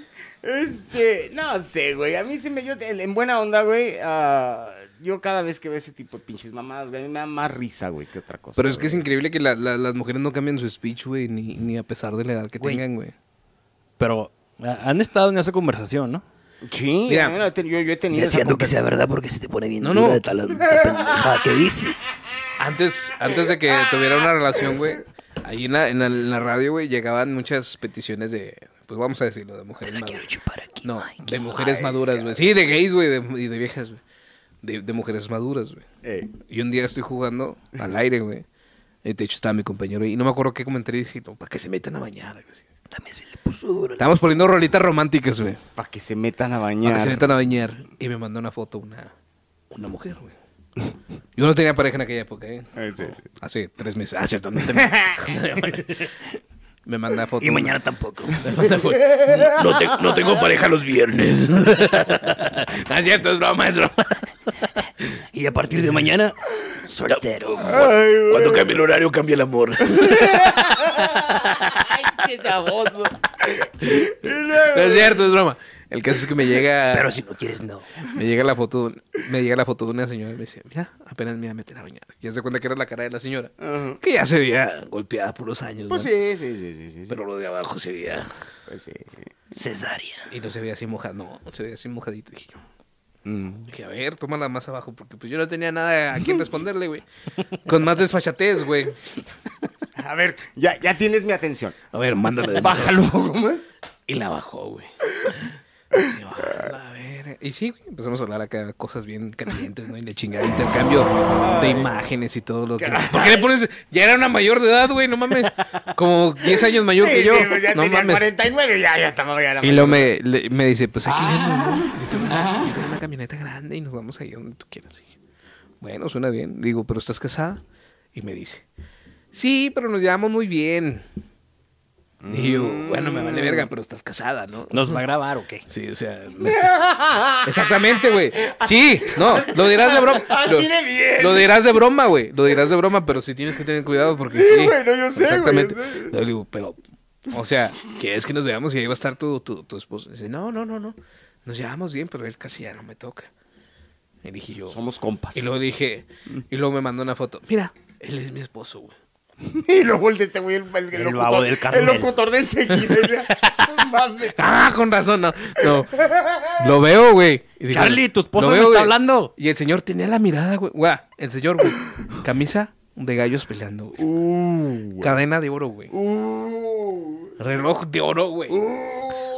Speaker 3: Este, no sé, güey. A mí se me yo en buena onda, güey. ah, yo cada vez que veo ese tipo de pinches mamadas, güey, a mí me da más risa, güey, que otra cosa.
Speaker 2: Pero es que es
Speaker 3: güey.
Speaker 2: increíble que la- la- las mujeres no cambien su speech, güey, ni, ni a pesar de la edad que
Speaker 4: Güey.
Speaker 2: tengan, güey.
Speaker 4: Pero ah, han estado en esa conversación, ¿no?
Speaker 3: Sí,
Speaker 2: Mira.
Speaker 3: bueno, te- yo, yo he tenido. esa
Speaker 5: Deseando que
Speaker 3: conversación.
Speaker 5: sea verdad porque se te pone bien
Speaker 2: No,
Speaker 5: no,
Speaker 2: no.
Speaker 5: de tal la pendejada que dice.
Speaker 2: Antes, antes de que tuviera una relación, güey, ahí en la, en la- en la radio, güey, llegaban muchas peticiones de, pues vamos a decirlo, de mujeres
Speaker 5: La
Speaker 2: maduras.
Speaker 5: quiero chupar aquí.
Speaker 2: No,
Speaker 5: Mike.
Speaker 2: de mujeres maduras, güey. Sí, de gays, güey, de- y de viejas, güey. De, de mujeres maduras, güey.
Speaker 3: Ey.
Speaker 2: Y un día estoy jugando al aire, güey. Y de hecho estaba mi compañero ahí. Y no me acuerdo qué comentario dije, no, para que se metan a bañar. güey, así.
Speaker 5: También se le puso duro.
Speaker 2: Estábamos poniendo rolitas románticas, güey.
Speaker 3: Para que se metan a
Speaker 2: Para
Speaker 3: bañar.
Speaker 2: que se metan a bañar. Y me mandó una foto una, una mujer, güey. Yo no tenía pareja en aquella época, ¿eh?
Speaker 3: Eh, sí, sí.
Speaker 2: Hace tres meses. Ah, cierto, no tenía. me manda foto.
Speaker 5: Y
Speaker 2: una-
Speaker 5: mañana tampoco. No, te- no tengo pareja los viernes.
Speaker 2: Ah, cierto, es broma, es broma.
Speaker 5: Y a partir de mañana, soltero.
Speaker 3: Ay,
Speaker 5: Cuando cambie el horario, cambia el amor.
Speaker 3: qué baboso. Y luego-
Speaker 2: No es cierto, es broma. El caso es que me llega.
Speaker 5: Pero si no quieres, no.
Speaker 2: Me llega la foto, de un- me llega la foto de una señora y me dice, mira, apenas me iba a meter a bañar. Y hace cuenta que era la cara de la señora.
Speaker 3: Ajá.
Speaker 2: Que ya se veía golpeada por los años,
Speaker 3: Pues
Speaker 2: ¿no?
Speaker 3: sí, sí, sí, sí, sí, sí.
Speaker 5: Pero lo de abajo sería
Speaker 3: Pues sí.
Speaker 5: cesárea.
Speaker 2: Y no se veía así mojada, no, se veía así mojadito. Dije yo,
Speaker 3: Mm.
Speaker 2: dije, a ver, tómala más abajo, porque pues yo no tenía nada a quien responderle, güey. Con más desfachatez, güey.
Speaker 3: A ver, ya, ya tienes mi atención.
Speaker 2: A ver, mándale de
Speaker 3: Bájalo, ¿cómo es?
Speaker 2: Y la bajó, güey. Y yo, "A
Speaker 3: Ah.
Speaker 2: la verga". Y sí, güey, empezamos a hablar acá de cosas bien calientes, ¿no? Y le chingada intercambio de imágenes y todo lo que. ¿Por qué le pones? Ya era una mayor de edad, güey, no mames. Como 10 años mayor que
Speaker 3: Sí,
Speaker 2: yo.
Speaker 3: sí, pues ya
Speaker 2: no
Speaker 3: tenía
Speaker 2: mames.
Speaker 3: 49, ya, ya estamos ya era
Speaker 2: Y luego me, le- me dice, pues aquí
Speaker 3: Ah.
Speaker 2: vemos, ¿no? Yo tengo una- yo tengo una camioneta grande y nos vamos ahí donde tú quieras. Y dije, bueno, suena bien. Digo, pero ¿estás casada? Y me dice, sí, pero nos llevamos muy bien. Y yo, bueno, me vale verga, pero estás casada, ¿no?
Speaker 4: ¿Nos va a grabar o qué?
Speaker 2: Sí, o sea, me está- exactamente, güey. Sí, no, lo dirás de broma.
Speaker 3: Así
Speaker 2: Lo,
Speaker 3: de bien.
Speaker 2: lo dirás de broma, güey. Lo dirás de broma, pero sí tienes que tener cuidado porque
Speaker 3: Sí,
Speaker 2: sí.
Speaker 3: güey, no, yo sé, güey, yo sé.
Speaker 2: Le digo, pero, o sea, ¿quieres que nos veamos y ahí va a estar tu, tu, tu esposo? Dice, no, no, no, no. Nos llevamos bien, pero él casi ya no me toca. Y dije yo.
Speaker 3: Somos compas.
Speaker 2: Y luego dije. Y luego me mandó una foto. Mira, él es mi esposo, güey.
Speaker 3: Y lo voltea este güey, el, el,
Speaker 4: El
Speaker 3: locutor,
Speaker 4: babo del
Speaker 3: el
Speaker 4: Carmel.
Speaker 3: locutor del seguidor. No mames.
Speaker 2: Ah, con razón, no. No. Lo veo, güey. Y dije,
Speaker 4: Charlie, tu esposo
Speaker 2: "Lo
Speaker 4: me
Speaker 2: veo,
Speaker 4: está
Speaker 2: güey".
Speaker 4: hablando.
Speaker 2: Y el señor tenía la mirada, güey. Güey, el señor, güey. Camisa de gallos peleando, güey.
Speaker 3: Uh,
Speaker 2: Cadena de oro, güey.
Speaker 3: uh,
Speaker 2: Reloj de oro, güey.
Speaker 3: uh,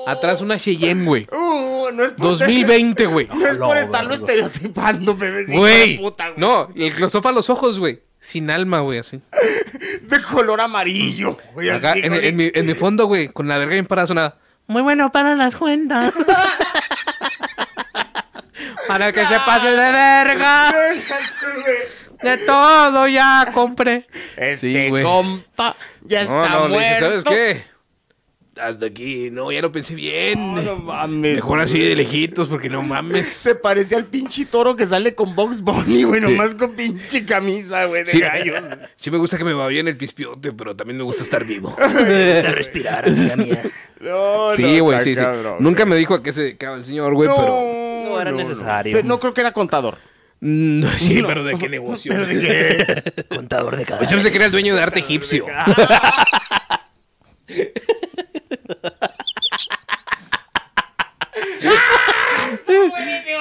Speaker 2: Atrás una Cheyenne, güey.
Speaker 3: uh, no es por,
Speaker 2: 2020, güey.
Speaker 3: No es
Speaker 4: No,
Speaker 3: por
Speaker 4: no,
Speaker 3: estarlo
Speaker 4: no.
Speaker 3: estereotipando, bebé. hijo de
Speaker 2: Güey.
Speaker 3: puta, güey.
Speaker 2: No, el glosofa a los ojos, güey. Sin alma, güey, así.
Speaker 3: De color amarillo, güey.
Speaker 2: Acá,
Speaker 3: así,
Speaker 2: en,
Speaker 3: güey.
Speaker 2: en mi, en mi fondo, güey, con la verga bien parada sonada. Muy bueno para las cuentas. para que se pase de verga.
Speaker 3: Déjate, güey.
Speaker 2: De todo ya compré.
Speaker 3: Este
Speaker 2: Sí, güey.
Speaker 3: compa ya está
Speaker 2: no, no, le
Speaker 3: muerto.
Speaker 2: dije, ¿sabes qué? Hasta aquí, no, ya lo pensé bien.
Speaker 3: No, no mames.
Speaker 2: Mejor así de lejitos, porque no mames.
Speaker 3: Se parece al pinche toro que sale con Box Bunny, güey, nomás con pinche camisa, güey, de
Speaker 2: Sí,
Speaker 3: gallo.
Speaker 2: sí me gusta que me va bien el pispiote, pero también me gusta estar vivo.
Speaker 5: De respirar, amiga mía.
Speaker 3: No,
Speaker 2: sí,
Speaker 3: no,
Speaker 2: güey,
Speaker 3: está
Speaker 2: sí, sí.
Speaker 3: cabrón,
Speaker 2: Nunca
Speaker 3: güey.
Speaker 2: me dijo a qué se dedicaba el señor, güey, pero...
Speaker 4: No era necesario.
Speaker 3: Pero no creo que era contador.
Speaker 2: Mm, No, sí, pero ¿de qué negocio?
Speaker 3: Pero de que-
Speaker 5: Contador de
Speaker 2: Pues yo
Speaker 5: cadáveres.
Speaker 2: pensé que era el dueño de arte egipcio. Sí,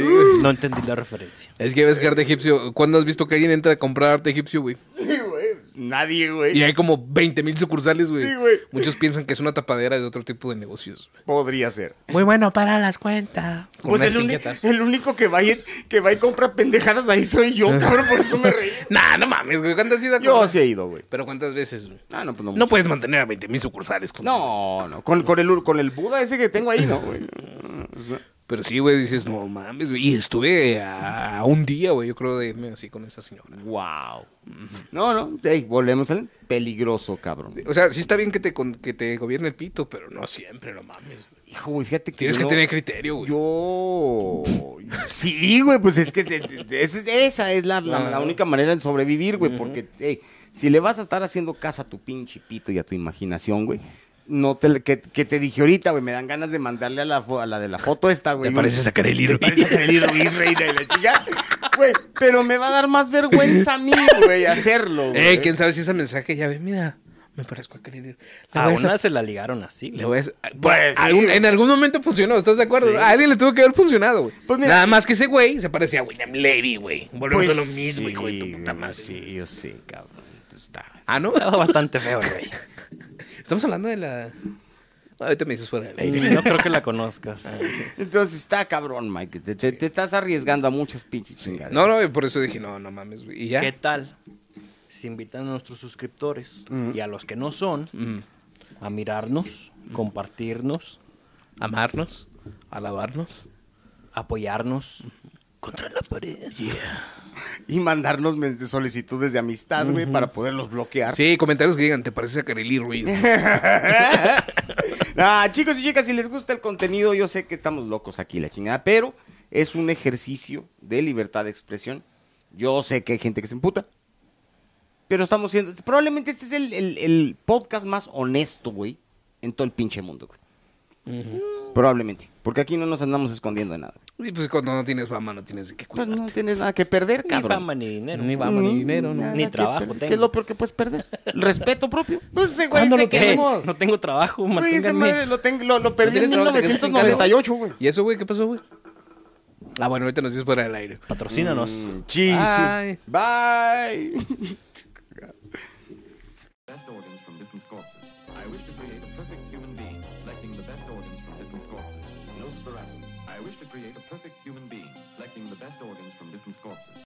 Speaker 2: güey.
Speaker 4: No entendí la referencia.
Speaker 2: es que ves que arte egipcio. ¿Cuándo has visto que alguien entra a comprar arte egipcio, güey?
Speaker 3: Sí, güey. Nadie,
Speaker 2: Y
Speaker 3: güey.
Speaker 2: hay como 20 mil sucursales, güey.
Speaker 3: Sí, güey.
Speaker 2: Muchos piensan que es una tapadera de otro tipo de negocios. güey.
Speaker 3: Podría ser.
Speaker 5: Muy bueno para las cuentas.
Speaker 2: Con
Speaker 3: Pues
Speaker 2: una
Speaker 3: el, uni-
Speaker 2: etiqueta.
Speaker 3: el único que va, y, que va y compra pendejadas ahí soy yo, cabrón, por eso me reí.
Speaker 2: Nah, no mames, güey. ¿Cuántas has ido a
Speaker 3: Yo
Speaker 2: comprar?
Speaker 3: sí he ido, güey.
Speaker 2: Pero ¿cuántas veces, güey?
Speaker 3: Ah, no, pues no.
Speaker 2: No puedes mantener a 20 mil sucursales. con-
Speaker 3: No, no. Con, con, el, con el Buda ese que tengo ahí, no, güey.
Speaker 2: Pero sí, güey, dices, no mames, güey. Y estuve a, a un día, güey, yo creo, de irme así con esa señora.
Speaker 3: Wow. No, no. Ey, volvemos al peligroso, cabrón.
Speaker 2: O sea, sí está bien que te, con- que te gobierne el pito, pero no siempre, no mames. güey.
Speaker 3: Hijo, güey, fíjate que.
Speaker 2: Tienes
Speaker 3: yo
Speaker 2: que
Speaker 3: no-
Speaker 2: tener criterio, güey.
Speaker 3: Yo. Sí, güey, pues es que se- esa es- esa es la, la- la única manera de sobrevivir, güey, porque ey, si le vas a estar haciendo caso a tu pinche pito y a tu imaginación, güey. No te, que, que te dije ahorita, güey, me dan ganas de mandarle a la, fo- a la de la foto esta, güey.
Speaker 4: Te pareces a Kareli
Speaker 3: Te
Speaker 4: Ruiz.
Speaker 3: pareces a Kareli Ruiz, reina de la chica. Güey, pero me va a dar más vergüenza a mí, güey, hacerlo, güey.
Speaker 2: Eh, quién sabe si ese mensaje ya ve, mira, me parezco a Kelly. Le
Speaker 4: A
Speaker 2: voy a
Speaker 4: una
Speaker 2: sa-
Speaker 4: se la ligaron así.
Speaker 2: le
Speaker 4: güey.
Speaker 2: voy a sa-
Speaker 3: Pues, sí,
Speaker 2: Algún-
Speaker 3: güey.
Speaker 2: en algún momento funcionó, ¿estás de acuerdo?
Speaker 4: Sí.
Speaker 2: A alguien le tuvo que haber funcionado, güey.
Speaker 3: Pues mira-
Speaker 2: Nada más que ese güey se parecía a William Levy, güey. Volvemos a lo
Speaker 3: Pues
Speaker 2: mismo, hijo de tu
Speaker 3: sí,
Speaker 2: puta
Speaker 3: güey,
Speaker 2: madre.
Speaker 3: Sí, yo sé, cabrón. Tú está.
Speaker 2: Ah, ¿no?
Speaker 4: Estaba bastante feo, güey.
Speaker 2: Estamos hablando de la. Ah, Ahorita me dices fuera del aire.
Speaker 4: No creo que la conozcas.
Speaker 2: Ah,
Speaker 3: Entonces está cabrón, Mike. Te, te- te estás arriesgando a muchas pinches chingadas.
Speaker 2: No, no, por eso dije, no, no mames, güey. Y ya.
Speaker 4: ¿Qué tal si invitan a nuestros suscriptores y a los que no son
Speaker 2: Mm.
Speaker 4: a mirarnos, compartirnos,
Speaker 2: Amarnos, alabarnos.
Speaker 4: apoyarnos?
Speaker 5: Contra la pared.
Speaker 3: Y mandarnos men- solicitudes de amistad, güey, para poderlos bloquear.
Speaker 2: Sí, comentarios que digan, te pareces a Kareli Ruiz.
Speaker 3: Ah, chicos y chicas, si les gusta el contenido, yo sé que estamos locos aquí, la chingada, pero es un ejercicio de libertad de expresión. Yo sé que hay gente que se emputa, pero estamos siendo. Probablemente este es el, el- el podcast más honesto, güey, en todo el pinche mundo, güey. Probablemente, porque aquí no nos andamos escondiendo de nada.
Speaker 2: y pues cuando no tienes fama, no tienes de qué
Speaker 3: Pues
Speaker 2: cuidarte.
Speaker 3: no tienes nada que perder,
Speaker 4: Ni
Speaker 3: cabrón.
Speaker 4: fama ni dinero. Mm.
Speaker 2: Ni fama, ni dinero, ¿no?
Speaker 3: Mm, nada
Speaker 4: Ni
Speaker 3: que
Speaker 4: trabajo
Speaker 3: perder.
Speaker 4: tengo.
Speaker 3: ¿Qué es lo peor que puedes perder? ¿El respeto propio? Pues ese güey
Speaker 4: ¿Cuándo
Speaker 3: se
Speaker 4: lo tengo?
Speaker 3: quedó.
Speaker 4: No tengo trabajo,
Speaker 3: Güey, esa
Speaker 4: manténganme.
Speaker 3: madre lo, tengo- lo, lo perdí
Speaker 2: ¿Tienes
Speaker 3: en
Speaker 2: trabajo? ¿Te quedas sin
Speaker 3: 1998, güey.
Speaker 2: jale? ¿Y eso, güey? ¿Qué pasó, güey? Ah, bueno, ahorita nos dices fuera del aire.
Speaker 4: Patrocínanos.
Speaker 3: Mm, Sí, sí.
Speaker 2: Bye.
Speaker 3: Bye.
Speaker 7: best organs from different corpses. I wish to create a perfect human being, selecting the best organs from different corpses. No sporadic. I wish to create a perfect human being, selecting the best organs from different corpses.